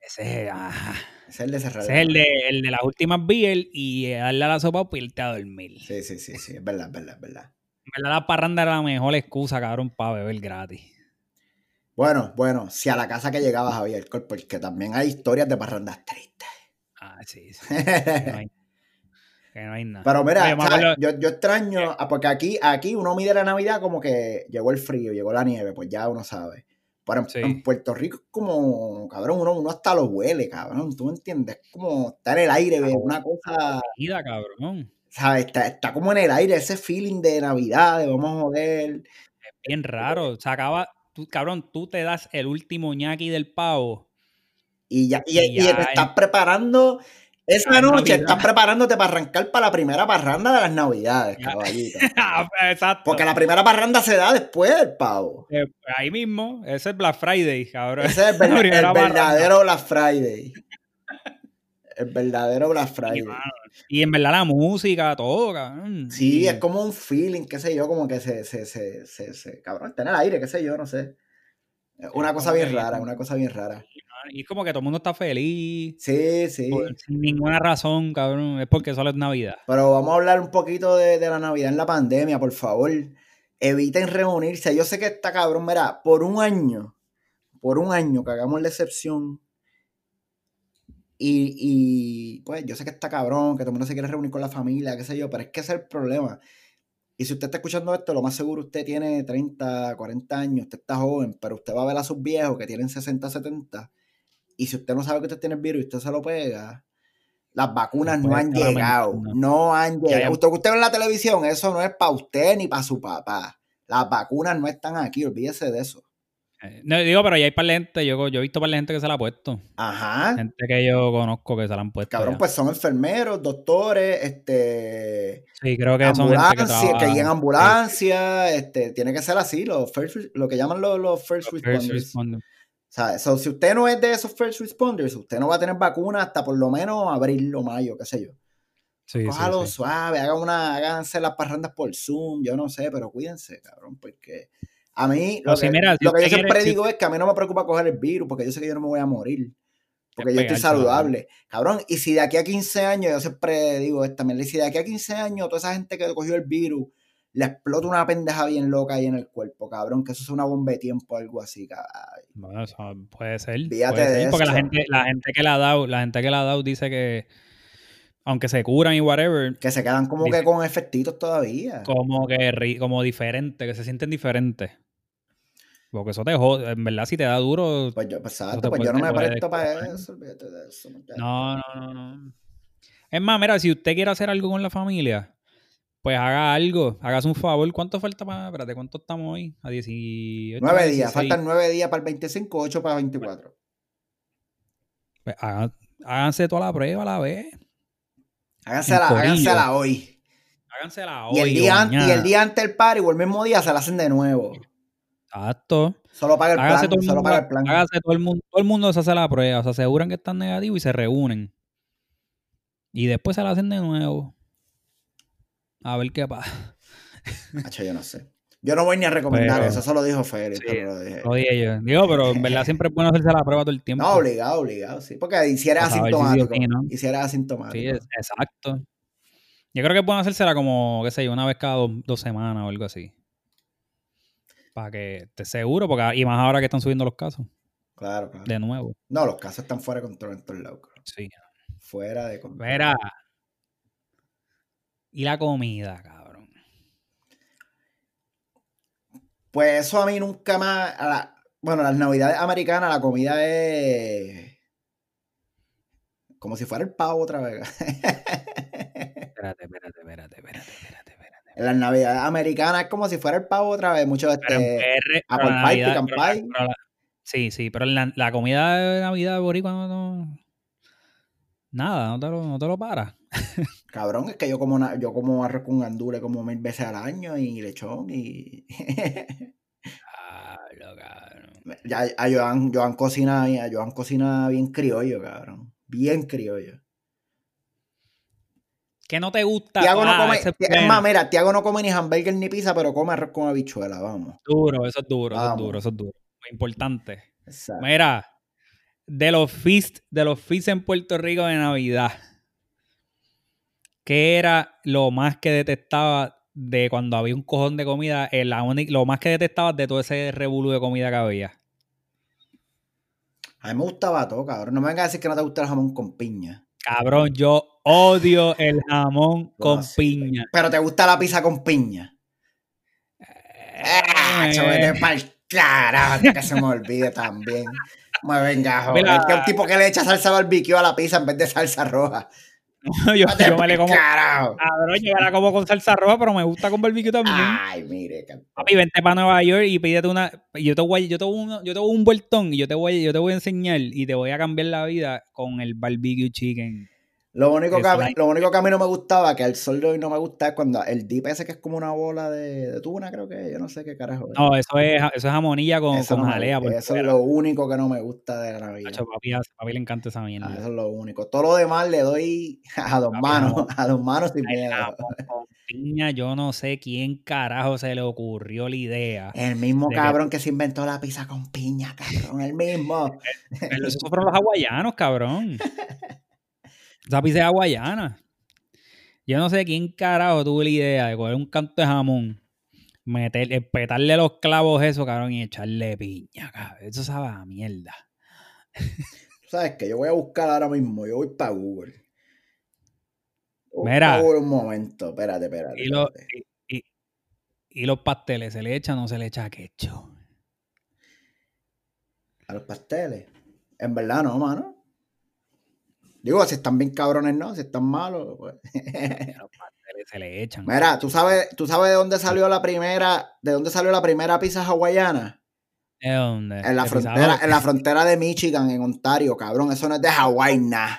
Ese, es- ajá.
es el de cerrar.
Ese es el de, el de las últimas beer y darle a la sopa para irte a dormir.
Sí, sí, sí, sí. Es verdad, es verdad, es verdad.
En verdad, la parranda era la mejor excusa, cabrón, para beber gratis.
Bueno, bueno, si a la casa que llegabas había alcohol, porque también hay historias de parrandas tristes.
Ah, sí, sí. Que no
Pero
hay, que no hay nada.
mira,
Oye, me
¿sabes?
acuerdo-
yo, yo extraño, ah, porque aquí, aquí uno mide la Navidad como que llegó el frío, llegó la nieve, pues ya uno sabe. Pero en,
Sí.
en Puerto Rico es como, cabrón, uno, uno hasta lo huele, cabrón, ¿tú me entiendes? Es como está en el aire, ve, una cosa,
Mira, cabrón.
¿sabes? Está, está como en el aire ese feeling de Navidad, de vamos a joder.
Bien raro. Sacaba, tú, cabrón, tú te das el último ñaki del pavo.
Y ya, y,
Y
y
ya
te
en-
estás preparando. Esa
en
noche
Navidad.
estás preparándote para arrancar para la primera parranda de las navidades,
Ya.
caballito.
Ah, pues, Exacto.
Porque la primera parranda se da después del pavo.
Eh, ahí mismo, ese es Black Friday, cabrón.
Ese es el, ver-
La
el
primera
verdadero Black Friday. El verdadero Black
Y,
Friday.
mano, y en verdad la música, todo, cabrón.
Sí,
Y-
es como un feeling, qué sé yo, como que se, se, se, se, se- cabrón, está en el aire, qué sé yo, no sé. Una
como
cosa bien
que-
rara, una cosa bien rara.
Y es como que todo el mundo está feliz.
Sí, sí.
por- sin ninguna razón, cabrón. Es porque solo es Navidad.
Pero vamos a hablar un poquito de, de la Navidad en la pandemia, por favor. Eviten reunirse. Yo sé que está cabrón, mira, por un año, por un año que hagamos la excepción. Y, y, pues yo sé que está cabrón, que todo el mundo se quiere reunir con la familia, qué sé yo, pero es que ese es el problema. Y si usted está escuchando esto, lo más seguro usted tiene 30, 40 años, usted está joven, pero usted va a ver a sus viejos que tienen 60, 70. Y si usted no sabe que usted tiene el virus y usted se lo pega, las vacunas no
puede
han
estar
llegado.
lamentando.
No han
ya.
llegado. Usted que usted ve en la televisión, eso no es para usted ni para su papá. Las vacunas no están aquí, olvídese de eso.
Eh, No, digo, pero ya hay par de gente, yo, yo he visto par de gente que se la ha puesto.
Ajá.
Gente que yo conozco que se la han puesto.
Ah. Cabrón,
ya.
pues son enfermeros, doctores, este.
Sí, creo que son gente que
Ambulancia, que
trabaja.
llegan ambulancia, este, tiene que ser así, los first, lo que llaman los, los first responders.
First responder.
¿Sabes? So, si usted no es de esos first responders, usted no va a tener vacuna hasta por lo menos abril o mayo, qué sé yo.
Sí, sí,
Cójalo
sí.
suave, haga una, háganse las parrandas por Zoom, yo no sé, pero cuídense, cabrón, porque a mí lo
O si
que,
mira, si
lo que yo
usted quiere-
siempre
si
digo es que a mí no me preocupa coger el virus, porque yo sé que yo no me voy a morir, porque
Es
yo estoy
pegársela, ¿no?
saludable, cabrón, y si de aquí a 15 años, yo siempre digo esta, mierda, y si de aquí a 15 años toda esa gente que cogió el virus, le explota una pendeja bien loca ahí en el cuerpo, cabrón, que eso es una bomba de tiempo o algo así, cabrón.
Bueno, eso puede ser.
Fíjate
puede ser,
de
porque la
eso.
gente, la gente que la ha dado, la gente que la ha dado dice que aunque se curan y whatever,
Que se quedan como que
Dice-
con efectitos todavía.
como que ri- como diferente, que se sienten diferentes. Porque eso te jode, en verdad si te da duro.
Pues yo, pues, exacto,
te
pues
puede-
yo no
te
me
puede
presto para
desconectar.
eso, olvídate de eso. muchacho.
pues. No, no, no, no. Es más, mira, si usted quiere hacer algo con la familia, pues haga algo, hágase un favor. ¿Cuánto falta para, espérate, cuánto estamos hoy? A 18.
Nueve
16.
días, faltan nueve días para el 25, ocho para el 24.
Pues haga- háganse toda la prueba a la vez.
Hágansela,
corillo.
hágansela hoy.
Hágansela hoy.
Y el,
o
día antes, y
mañana.
el día antes del party o el mismo día se la hacen de nuevo.
Exacto.
Solo paga el
Hágase todo
plan,
el
solo
mundo,
paga el plan.
hágase todo el mundo, todo el mundo se hace la prueba, se aseguran que están negativos y se reúnen. Y después se la hacen de nuevo. A ver qué pasa.
Hacho, yo no sé. Yo no voy ni a recomendar
Pero-
eso, eso lo dijo Félix.
Sí,
pero lo dije.
Oye, yo digo, pero en verdad siempre es bueno hacerse la prueba todo el tiempo.
Eh, No, obligado, obligado, sí. Porque ahí si eres
Para saber si sí o
asintomático.
sí, ¿no?
Y si eres asintomático.
Sí, es- exacto. Yo creo que pueden hacérsela como, qué sé yo, una vez cada dos, dos semanas o algo así. Para que estés seguro, porque y más ahora que están subiendo los casos,
Claro, claro.
de nuevo.
No, los casos están fuera de control en todos lados. cabrón.
Sí.
Fuera de control.
Verá. Y la comida, cabrón.
Pues eso a mí nunca más. a la- bueno, las navidades americanas, la comida es. Como si fuera el pavo otra vez.
Espérate, espérate, espérate, espérate, espérate, espérate.
En las navidades americanas es como si fuera el pavo otra vez. Mucho
Pero en
este.
PR,
apple
pero la
pie,
Navidad-
pecan
pero la-
pie.
pero la- Sí, sí, pero la, la comida de Navidad de Boricua no, no- Nada, no te lo, no te lo para.
Cabrón, es que yo como, na- yo como arroz con gandules como mil veces al año y lechón y.
Diablo, cabrón.
ya, a Joan, Joan cocina, a Joan cocina bien criollo, cabrón. Bien criollo.
¿Qué no te gusta?
Tiago no
Ah,
come.
ese es
Es más,
bueno.
mira, Tiago no come ni hamburger ni pizza, pero come arroz con habichuela, vamos.
duro, eso es duro, eso es
Vamos.
duro, eso es duro. Importante.
Exacto.
Mira, de los feast, de los feast en Puerto Rico de Navidad. ¿Qué era lo más que detestaba de cuando había un cojón de comida? Eh, la única- lo más que detestaba de todo ese revolú de comida que había.
A mí me gustaba todo, cabrón. No me vengas a decir que no te gusta el jamón con piña.
Cabrón, yo odio el jamón con
Ah, sí,
piña.
Pero te gusta la pizza con piña. ¡Ah!
Eh,
Eso vete pa'l carajo, hasta que se me olvide también. Me venga a joder.
Mira.
Que un tipo que le echa salsa barbecue a la pizza en vez de salsa roja.
yo,
Vete
yo me
pa'l
le como.
carajo.
Cabrón, yo me la como con salsa roja, pero me gusta con barbecue también.
Ay, mire. cabrón.
Papi, vente para Nueva York y pídete una. Yo te voy, yo te voy, un- yo te voy un vueltón y yo te voy, yo te voy a enseñar y te voy a cambiar la vida con el barbecue chicken.
Lo único, que a mí,
Slime.
lo único que a mí no me gustaba, que al sol de hoy no me gusta, es cuando el dip ese que es como una bola de, de tuna, creo que es, yo no sé qué carajo. es.
No, eso es, eso es jamonilla con,
eso
con
no me
jalea.
gusta.
por
Eso es
fuera.
lo único que no me gusta de la Navidad.
Nacho, papi, hace- papi le encanta esa mierda.
Ah, eso es lo único. Todo lo demás le doy a dos
Papi,
manos,
jamón.
a dos manos sin
El
miedo.
jamón con piña, yo no sé quién carajo se le ocurrió la idea.
El mismo
De que-
cabrón que se inventó la pizza con piña, cabrón. El mismo.
Pero esos fueron los hawaianos, cabrón. Esa pizza es hawaiana. Yo no sé quién carajo tuvo la idea de coger un canto de jamón, meter, eh, petarle los clavos eso, cabrón, y echarle piña, cabrón. Eso sabe a mierda.
¿Sabes qué? Yo voy a buscar ahora mismo. Yo voy para Google. Voy
Mira.
pa' Google un momento. Espérate, espérate.
Y, lo-
espérate.
y- y- y los pasteles, ¿se le echa o no se le echa quecho?
A los pasteles. En verdad no, mano. Digo, si están bien cabrones, no. Si están malos, pues.
Se le echan.
Mira, ¿tú sabes, ¿tú sabes de dónde salió la primera, de dónde salió la primera pizza hawaiana?
¿De dónde?
En la,
¿De
frontera,
Pisagua?
en la frontera de Michigan, en Ontario, cabrón. Eso no es de Hawái, nada.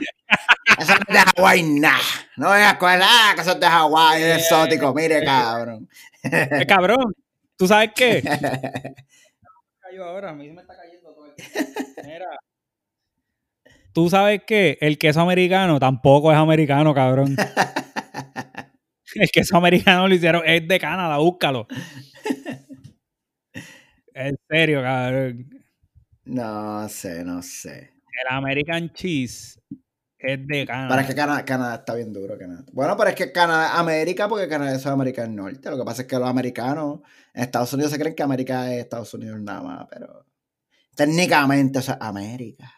Eso no es de Hawái, nada. No es escuela, que eso es de Hawái, es exótico. Mire, cabrón.
Eh, cabrón, ¿tú sabes qué? Cayó ahora, a mí me está cayendo todo. Mira. ¿Tú sabes qué? El queso americano tampoco es americano, cabrón. El queso americano lo hicieron, es de Canadá, búscalo. En serio, cabrón.
No sé, no sé.
El American Cheese es de Canadá.
Pero es que Canadá, Canadá está bien duro, Canadá. Bueno, pero es que Canadá, América, porque Canadá es América del Norte. Lo que pasa es que los americanos en Estados Unidos se creen que América es Estados Unidos nada más, pero técnicamente eso es América.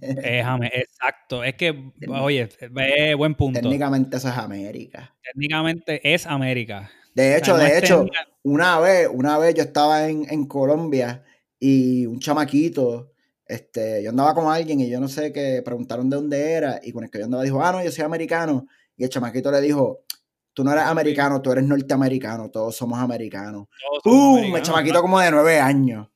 Es ame- exacto, es que, oye, es buen punto.
Técnicamente eso es América.
Técnicamente es América.
De
O sea,
hecho,
no
de
es
hecho,
técnica-
una vez, una vez yo estaba en, en Colombia y un chamaquito, este, yo andaba con alguien y yo no sé qué, preguntaron de dónde era y con el que yo andaba dijo, ah, no, yo soy americano. Y el chamaquito le dijo, tú no eres americano, tú eres norteamericano, todos somos americanos.
todos somos
¡Pum! El
americanos,
Uh, chamaquito como de nueve años.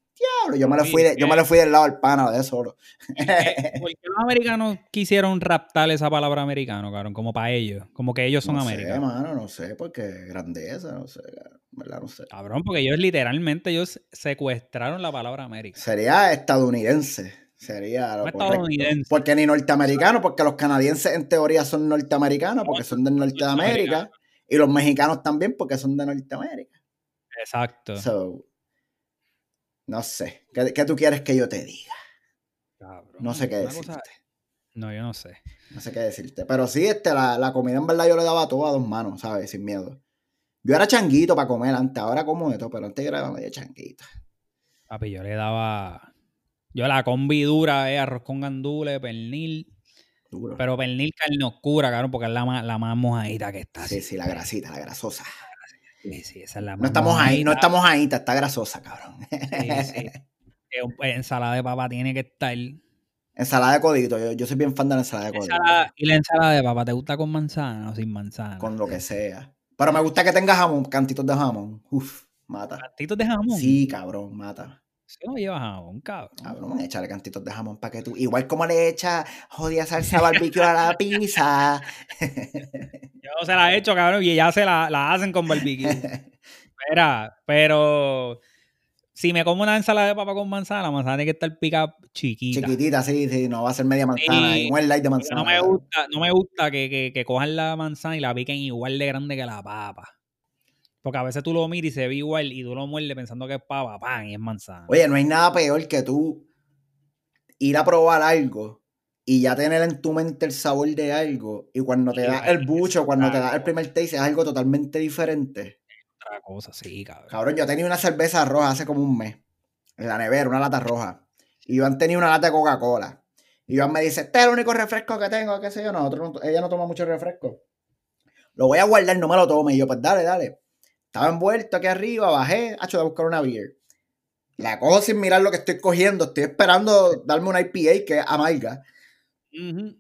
Diablo, yo me le
Sí,
fui, de- yo me le fui del lado del pana de solo.
Eh, ¿Por qué los americanos quisieron raptar esa palabra americano, cabrón? Como para ellos. Como que ellos son
no sé,
americanos.
mano, no sé, porque grandeza, no sé, cara, en verdad no sé.
Cabrón, porque ellos literalmente ellos secuestraron la palabra América.
Sería estadounidense. Sería lo
No
correcto.
estadounidense.
Porque ni norteamericano, porque los canadienses en teoría son norteamericanos, porque son del norte de América. Y los mexicanos también, porque son de Norteamérica.
Exacto.
So, no sé. ¿Qué, qué tú quieres que yo te diga?
Cabrón,
No sé qué
una
decirte.
cosa- No, yo no sé.
No sé qué decirte. Pero sí, este, la, la comida en verdad yo le daba todo a dos manos, ¿sabes? Sin miedo. Yo era changuito para comer antes, ahora como de todo, pero antes yo era medio changuito.
Papi, yo le daba. Yo la combi dura, eh, arroz con gandules, pernil.
Duro.
Pero pernil carne oscura, cabrón, porque es la más, la más mojadita que está.
sí, sí, la grasita, la grasosa.
Sí, sí, esa es la
No
más
estamos ahí, no
mojadita.
estamos ahí, está está grasosa, cabrón.
Sí, sí. Eh, Ensalada de papa tiene que estar.
Ensalada de codito, yo, yo soy bien fan de la ensalada de codito.
Ensalada- ¿Y la ensalada de papa te gusta con manzana o sin manzana?
Con lo que sea. Pero me gusta que tenga jamón, cantitos de jamón. Uf, mata.
¿Cantitos de Ah, jamón?
Sí, cabrón, mata.
Eso no lleva jamón, cabrón.
Cabrón, échale cantitos de jamón para que tú. Igual como le echa jodida salsa barbecue a la pizza.
Yo se la he hecho, cabrón, y ya se la, la hacen con barbecue. Espera, pero si me como una ensalada de papa con manzana, la manzana tiene que estar pica chiquita.
Chiquitita, sí, sí, no va a ser media manzana.
Sí,
y un light de
Porque
manzana.
No me gusta, no me gusta que, que- que cojan la manzana y la piquen igual de grande que la papa. Porque a veces tú lo miras y se ve igual y tú lo muerdes pensando que es papa, pan, y es manzana.
Oye, no hay nada peor que tú ir a probar algo y ya tener en tu mente el sabor de algo y cuando te
Y
da
ahí
el bucho, cuando te da el
exacto.
primer taste es algo totalmente diferente.
Otra cosa, sí, cabrón.
Cabrón, yo tenía una cerveza roja hace como un mes. En la nevera, una lata roja. Y Iván tenía una lata de Coca-Cola. Y Iván me dice, este es el único refresco que tengo, qué sé yo. Nosotros no- ella no toma mucho refresco. Lo voy a guardar, no me lo tome. Y yo, pues dale, dale. Estaba envuelto aquí arriba, bajé, hacho de buscar una beer. La cojo sin mirar lo que estoy cogiendo. Estoy esperando darme una IPA que es amarga.
Ujú.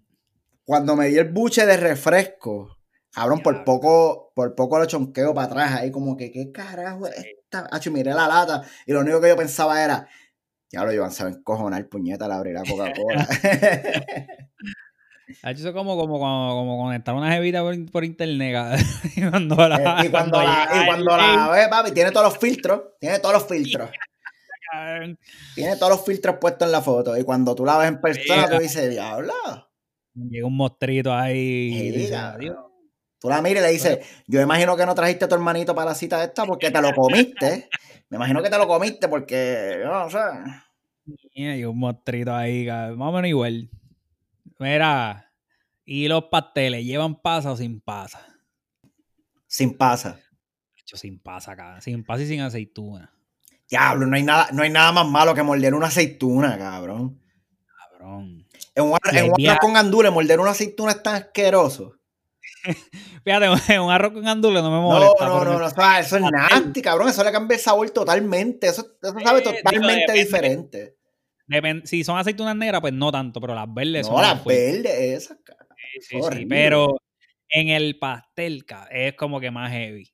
Cuando me di el buche de refresco, cabrón, por
Diablo.
poco, por poco lo chonqueo para atrás ahí, como que, ¿qué carajo es esta? Hacho, y miré la lata y lo único que yo pensaba era, ya lo llevan, se va a encojonar puñeta al abrir la Coca-Cola.
Ah, Eso es como, como, como, como conectar una jevita por, por internet. cabrón. y cuando la,
Eh, y cuando la,
llega
y cuando
el
la ve, papi, tiene todos los filtros, tiene todos los filtros,
link,
tiene todos los filtros puestos en la foto. Y cuando tú la ves en persona, tú dices, diablo.
llega un mostrito ahí.
Sí,
y dice,
cabrón.
"Adiós".
Tú la miras y le dices, yo imagino que no trajiste a tu hermanito para la cita esta porque te lo comiste. Me imagino que te lo comiste porque, yo no sé.
Mira, llega un mostrito ahí. cabrón. Más o menos igual. Mira, y los pasteles, ¿llevan pasa o sin pasa?
Sin pasa.
Yo sin pasa, cabrón. Sin pasa y sin aceituna.
Diablo, no hay nada, no hay nada más malo que morder una aceituna, cabrón.
Cabrón.
En un, ar-
Y
en
el
un
día-
arroz con gandules, morder una aceituna es tan asqueroso.
Fíjate, un arroz con gandules no me
No,
molesta.
no,
pero
no,
me-
no, eso, eso es nasty, cabrón. Eso le cambia el sabor totalmente. Eso, eso sabe
Eh, digo,
totalmente
depende.
diferente.
Depen- si son aceitunas negras, pues no tanto, pero las verdes son.
No, las
fuertes.
verdes, esas, cabrón.
Sí, sí, sí,
Horrible.
pero en el pastel ca- es como que más heavy.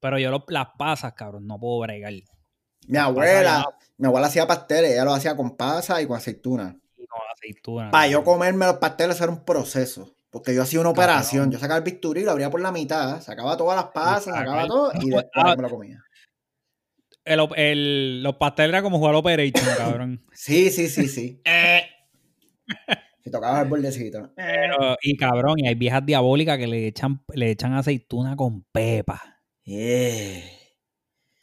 Pero yo lo- las pasas, cabrón, no puedo bregar.
Mi abuela, mi abuela hacía pasteles, ella los hacía con pasa y con aceituna.
Con aceituna.
Para yo comerme los pasteles era un proceso. Porque yo hacía una
Cabrón.
operación, yo sacaba el bisturí, lo abría por la mitad, sacaba todas las pasas, sacaba
saca-
todo y después me lo comía.
El, op- el- los pasteles era como jugar Operation, cabrón.
Sí, sí, sí, sí.
Eh,
Si tocaba el bordecito.
pero- y cabrón, y hay viejas diabólicas que le echan, le echan aceituna con pepa.
Yeah.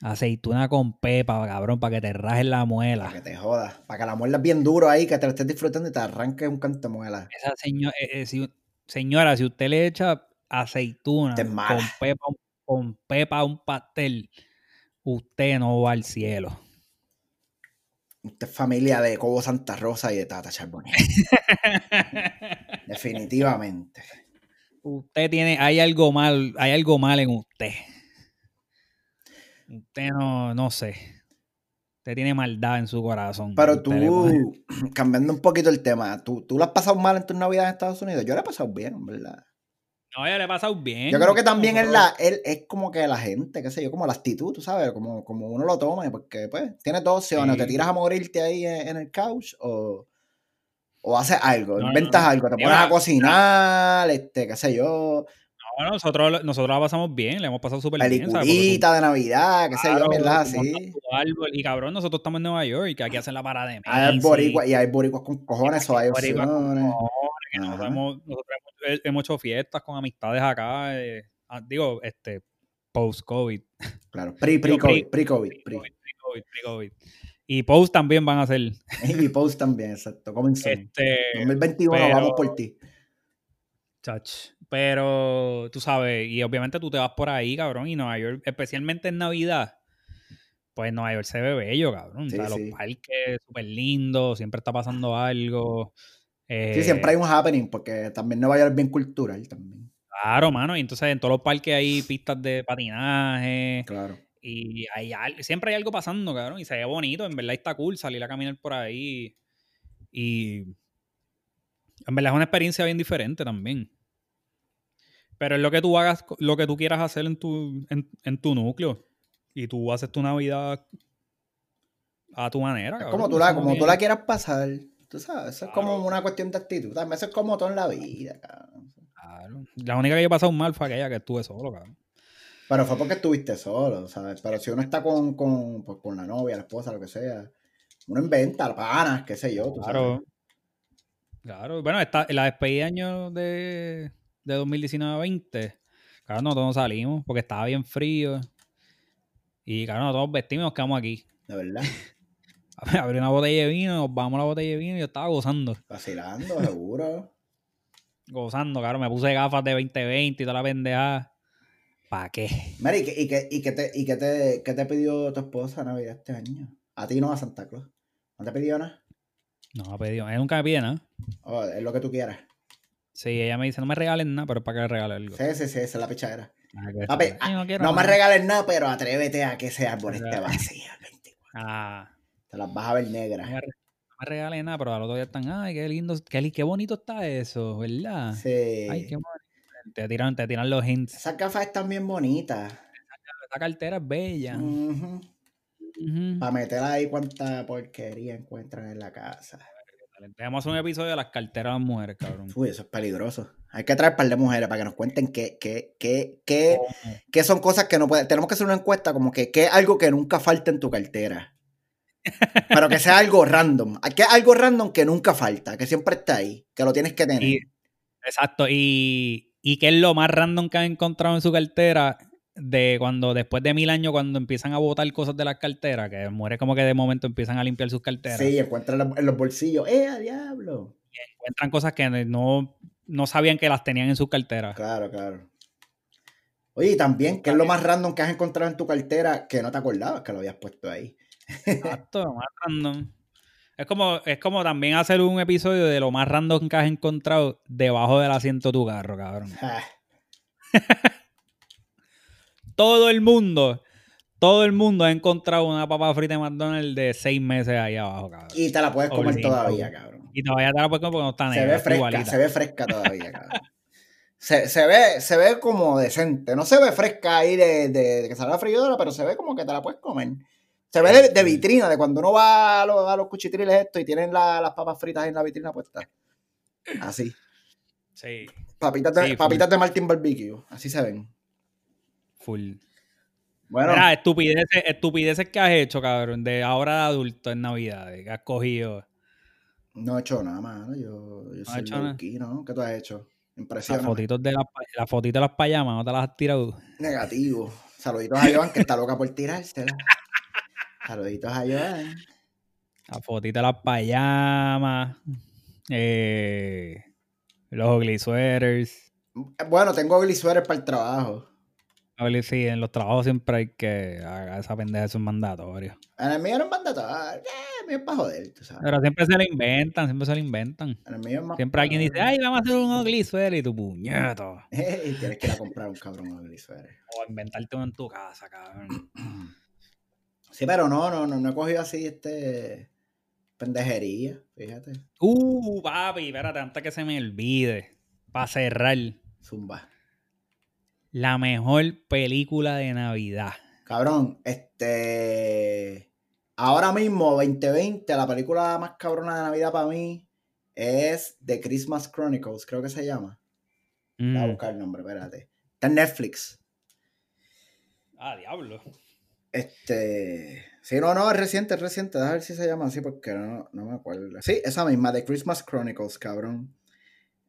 Aceituna con pepa, cabrón, para que te rajen la
Para que
muela.
te jodas. Para que la muerdas bien duro ahí, que te la estés disfrutando y te arranques un cantamuela.
Esa seño- eh, eh, si- señora, si usted le echa aceituna
Usted es mala.
con pepa, con pepa a un pastel, usted no va al cielo.
Usted es familia de Cobo Santa Rosa y de Tata Charbonnier. Definitivamente.
usted tiene, hay algo mal, hay algo mal en usted. Usted no, no sé. Usted tiene maldad en su corazón.
Pero
Usted le pone-
tú, cambiando un poquito el tema, ¿tú, tú lo has pasado mal en tus navidades en Estados Unidos. Yo lo he pasado bien, ¿verdad?
No, ya le he pasado bien.
Yo creo que también es,
es
la, el- es como que la gente, qué sé yo, como la actitud, tú sabes, como, como uno lo toma, porque pues tiene dos opciones,
Sí.
o te tiras a morirte ahí en, en el couch o, o haces algo,
No, no,
inventas
no.
algo, te
Sí,
pones a
va.
cocinar, este, qué sé yo,
nosotros, lo- nosotros la pasamos bien, le hemos pasado súper bien. ¿sabes? Pues, Porque
peliculita de Navidad, qué
tú-
sé yo,
claro,
mierdas
tú montas
así.
tu árbol, y cabrón, nosotros estamos en Nueva York, que aquí hacen la parada de
Hay
Macy's,
boricuas, y hay boricuas con cojones, o hay
boricuas con
opciones.
no, que nosotros,
Ajá.
hemos, nosotros hemos- eh, hemos hecho fiestas con amistades acá, eh, ah, digo, este, post-COVID.
Claro, pre-
Digo, pre-
pre-COVID, pre-COVID, pre
pre-COVID, pre-COVID, pre-COVID. Y post también van a ser.
Y post también, exacto, comenzó.
Este,
2021,
pero-
vamos por ti.
chach, pero tú sabes, y obviamente tú te vas por ahí, cabrón, y Nueva York, especialmente en Navidad, pues Nueva York se ve bello, cabrón. O
Sí,
sea,
sí.
los parques súper lindos, siempre está pasando algo.
Sí,
eh,
siempre hay un happening, porque también Nueva York es bien cultural también.
Claro, mano, y entonces en todos los parques hay pistas de patinaje
Claro.
y hay al- siempre hay algo pasando, cabrón, y se ve bonito, en verdad está cool salir a caminar por ahí y en verdad es una experiencia bien diferente también. Pero es lo que tú hagas, co- lo que tú quieras hacer en tu, en, en tu núcleo y tú haces tu Navidad a tu manera.
Es
cabrón,
como tú
eso
la,
no
como tú
tiene-
la quieras pasar. Tú sabes, eso es como
Claro.
una cuestión de actitud. También eso es como todo en la vida, cabrón.
Claro. La única que yo he pasado mal fue aquella que estuve solo, cabrón.
Pero fue porque estuviste solo, ¿sabes? Pero si uno está con, con, pues, con la novia, la esposa, lo que sea, uno inventa panas, qué sé yo, tú sabes.
Claro. Claro. Bueno, esta, la despedida de año de, de 2019-20. Claro, nosotros no salimos porque estaba bien frío. Y claro, nosotros vestimos y nos quedamos aquí.
De verdad,
Abrí una botella de vino, nos vamos a la botella de vino y yo estaba gozando.
vacilando, seguro.
Gozando, claro. Me puse gafas de 2020 y toda la pendejada. ¿Para qué?
Mira, ¿y, qué, y, qué, y qué te, y qué, te, qué te pidió tu esposa a Navidad este año? A ti no, a Santa Claus. ¿No te pidió nada?
No, pedido. Ella nunca me pide nada.
Oh, es lo que tú quieras.
Sí, ella me dice, no me regalen nada, pero es para que le regale algo.
Sí, sí, sí, esa es la pichadera.
Ah, que-
Papi,
Ay, no, quiero
No me
nada.
regales nada, pero atrévete a que ese árbol esté
Claro.
vacío. el 24.
Ah.
Te las vas a ver
No
negras.
me, re- no me regalen nada, pero al otro día están, ay, qué lindo, qué, li- qué bonito está eso, ¿verdad?
Sí.
Ah. Ay, qué bonito. Te tiran, te tiran los hints.
Esas gafas están bien bonitas.
Esa cartera es bella.
Mm,
Ujú.
Para meter ahí cuánta porquería encuentran en la casa.
Dale, Vamos a hacer un episodio de las carteras de las mujeres, cabrón.
Uy, eso es peligroso. Hay que traer un par de mujeres para que nos cuenten qué, qué, qué, qué,
¿Cómo?
qué son cosas que no pueden. Tenemos que hacer una encuesta como que qué es algo que nunca falta en tu cartera. Pero que sea algo random. Que algo random que nunca falta, que siempre está ahí, que lo tienes que tener.
Y- exacto. Y, y qué es lo más random que han encontrado en su cartera de cuando, después de mil años, cuando empiezan a botar cosas de las carteras, que las mujeres como que de momento empiezan a limpiar sus carteras.
Sí, encuentra en la- en los bolsillos. ¡Eh, a diablo!
Encuentran cosas que no, no sabían que las tenían en sus carteras.
Claro, claro. Oye, y también, ¿qué es lo más random que has encontrado en tu cartera que no te acordabas que lo habías puesto ahí?
Exacto, lo más random. Es como, es como también hacer un episodio de lo más random que has encontrado debajo del asiento de tu carro, cabrón.
Ah,
Todo el mundo, todo el mundo ha encontrado una papa frita de McDonald's de seis meses ahí abajo, cabrón. Y,
y te la puedes comer
Obligado.
todavía, cabrón.
todavía te la puedes comer porque no está
Se ve
negra, Ah, está
fresca,
igualita.
se ve fresca todavía, cabrón. Se, se ve, se ve como decente. No se ve fresca ahí de, de- de que sale la freidora, pero se ve como que te la puedes comer. Se ve de, de vitrina, de cuando uno va a los, a los cuchitriles esto y tienen la- las papas fritas en la vitrina puestas. Así.
Sí,
Papitas de,
Sí,
papitas de Martin Barbecue. Así se ven.
full.
Bueno,
Mira, estupideces, estupideces que has hecho, cabrón, de ahora de adulto en Navidad, que has cogido.
no he hecho nada más. Yo, yo
No has
soy
hecho nada.
loquino, ¿no? ¿Qué tú has hecho?
Las
Impresionante.
fotitos de, las pa- las fotitos de las payamas, ¿no te las has tirado?
Negativo. Saluditos a Joan, que está loca por tirársela. Saluditos a Joan.
La fotita de las payamas. eh, los ugly sweaters.
Bueno, tengo glisueres para el trabajo.
Ugly, sí, en los trabajos siempre hay que haga esa pendeja, eso es mandatorio.
En el mío no es mandatorio. Eh, el mío es para joder, tú sabes.
Pero siempre se lo inventan, siempre se lo inventan.
En el mío es más
Siempre alguien dice, ay, vamos a hacer un ugly sweater y tu puñeto.
Y tienes que ir a comprar un cabrón a glisueres.
O inventarte uno en tu casa, cabrón.
Sí, pero no, no, no, no he cogido así este pendejería, fíjate.
Uh, papi, espérate, antes que se me olvide. Para cerrar,
Zumba.
la mejor película de Navidad.
Cabrón, este. Ahora mismo, 2020, la película más cabrona de Navidad para mí es The Christmas Chronicles, creo que se llama.
Mm.
Voy a buscar el nombre, espérate. Está en Netflix.
Ah, diablo.
Este. Sí, no, no, es reciente, es reciente. Déjame ver si se llama así porque no, no me acuerdo. Sí, esa misma, The Christmas Chronicles, cabrón.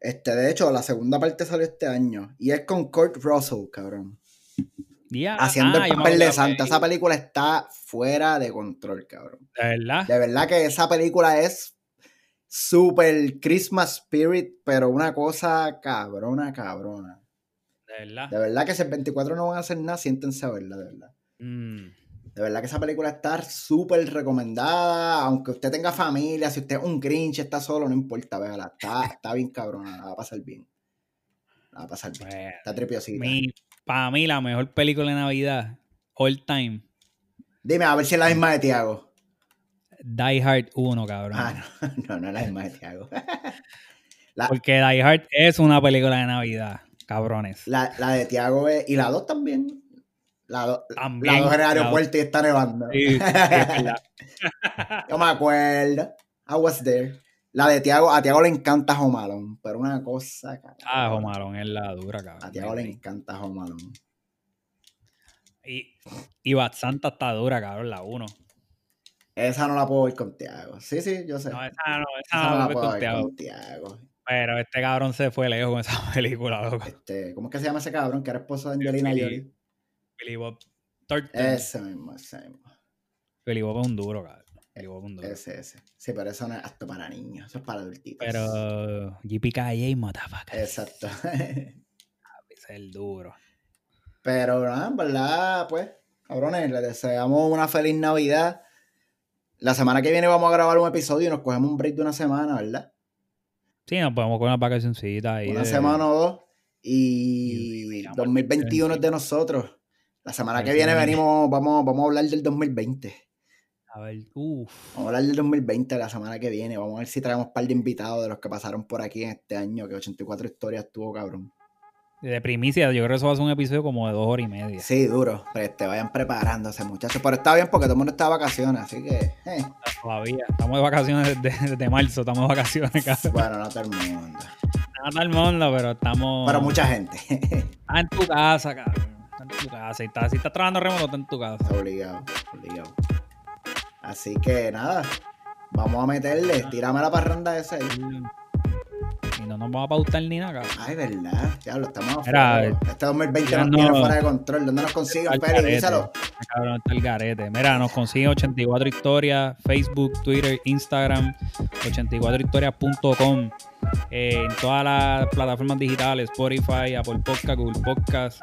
Este, de hecho, la segunda parte salió este año. Y es con Kurt Russell, cabrón.
Dia-
Haciendo
ah, yo
el
me
papel
acuerdo
de
la
Santa. Esa
peli-
película está fuera de control, cabrón.
De verdad.
De verdad que esa película es super Christmas Spirit, pero una cosa cabrona, cabrona.
De verdad.
De verdad que si el 24 no van a hacer nada, siéntense a verla, de verdad.
Mm.
De verdad que esa película está súper recomendada. Aunque usted tenga familia, si usted es un cringe, está solo, no importa, véala. Está, está bien cabrona, la va a pasar bien. La va a pasar bien.
Bueno,
Está tripiosita.
pues, para mí, la mejor película de Navidad, all time,
Dime, a ver si es la misma de Tiago.
Die Hard 1, cabrón.
Ah, no, no, no es la misma de Tiago. ah.
Porque Die Hard es una película de Navidad, cabrones.
La, la de Tiago es. Y la 2 también. La 2
También.
la dos en el
la
aeropuerto y está nevando.
dos- sí, sí, es verdad.
Yo me acuerdo. I was there. La de Tiago, a Tiago le encanta Home Alone, pero una cosa. cabrón.
Ah, Jomarón es la dura, cabrón.
A Tiago le encanta Home Alone.
Y, y Bad Santa está dura, cabrón, la 1.
Esa no la puedo ver con Tiago. Sí, sí, yo sé.
No,
esa
esa no, esa
no
no,
la
fue
puedo ver
conteado.
con Tiago.
Pero este cabrón se fue lejos con esa película, loco.
Este, ¿Cómo es que se llama ese cabrón que era esposo de Angelina
Billy-
Jolie?
Billy Bob Thornton.
Ese mismo, ese mismo.
Billy Bob es un duro, cabrón. Billy Bob es un duro.
Ese, ese. Sí, pero eso no es hasta para niños, eso es para adultitos.
Pero JPKJ mataba,
Exacto.
Ese es el duro.
Pero nada, en verdad, pues, cabrones, les deseamos una feliz Navidad. La semana que viene vamos a grabar un episodio y nos cogemos un break de una semana, ¿verdad?
Sí, nos podemos con una vacacioncita ahí.
Una
de-
semana o dos.
Y
Y
miramos
2021 es de nosotros. La semana que viene
Así es.
venimos, vamos, vamos a hablar del 2020.
A ver, uff.
Vamos a hablar del 2020 la semana que viene. Vamos a ver si traemos un par de invitados de los que pasaron por aquí en este año, que 84 historias tuvo, cabrón.
De primicia, yo creo que eso va a ser un episodio como de dos horas y media.
Sí, duro. Pero este, vayan preparándose, muchachos. Pero está bien porque todo el mundo está de vacaciones, así que. eh,
Todavía. Estamos de vacaciones desde, desde marzo, estamos de vacaciones, cabrón.
bueno, no todo el mundo.
No todo el mundo, pero estamos.
Pero mucha gente.
Está en tu casa, cabrón. Está en tu casa. Y está, si estás trabajando remoto, está en tu casa.
Está obligado, obligado. Así que nada. Vamos a meterle.
Ah.
Tírame la parranda esa ahí.
Y no nos vamos a pautar ni nada, cabrón.
Ay, verdad. Ya lo estamos a
Era-
fuego. Este 2020
Ya
nos tiene
no-
fuera de control. ¿Dónde nos
Al
consiguen,
garete.
Félix? Díselo.
Ah, Cabrón, está el garete. Mira, nos consiguen 84 historias, Facebook, Twitter, Instagram, 84historias.com. eh, en todas las plataformas digitales, Spotify, Apple Podcast, Google Podcast.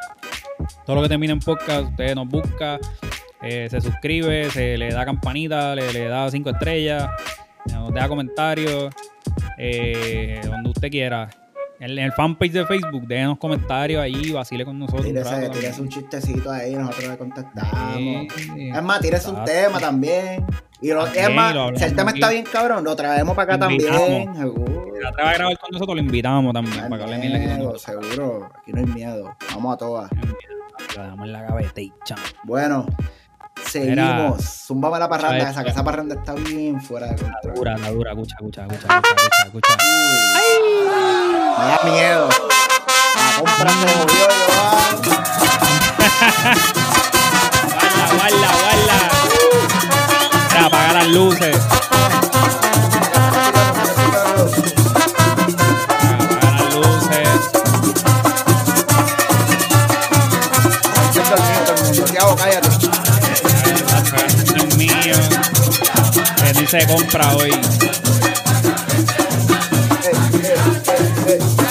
Todo lo que termina en podcast, usted nos busca, eh, se suscribe, se le da campanita, le, le da cinco estrellas, nos deja comentarios, eh, donde usted quiera. En, en el fanpage de Facebook, déjenos comentarios ahí, vacile con nosotros. un rato
Tírese,
también.
tírese un chistecito ahí, nosotros le contestamos.
Sí.
Es más, tírese un
Exacto.
tema también. Y lo,
También,
es más,
lo hablamos
si el tema
aquí.
está bien cabrón, lo traemos para acá
Lo
también.
invitamos.
Seguro.
Si la atreve a grabar con nosotros, lo invitamos también.
No
para que
hay
hable mierda aquí con
miedo,
nosotros.
seguro. Aquí no hay miedo. Vamos a todas.
Lo dejamos en la gaveta y chao.
Bueno, Seguimos. Zumbaba la parranda
Chacho.
esa, que esa parranda está bien fuera de
La
control.
dura, la dura, escucha, escucha, escucha, escucha, escucha.
Me da miedo. Ah, La compra se movió, Joan.
Guarda, guarda, guarda. Mira, apaga las luces. Apaga las luces.
Yo estoy dormido, todo el mundo. Tiago, cállate.
Esto es mío. Que dice compra hoy.
Eh, eh, eh, eh.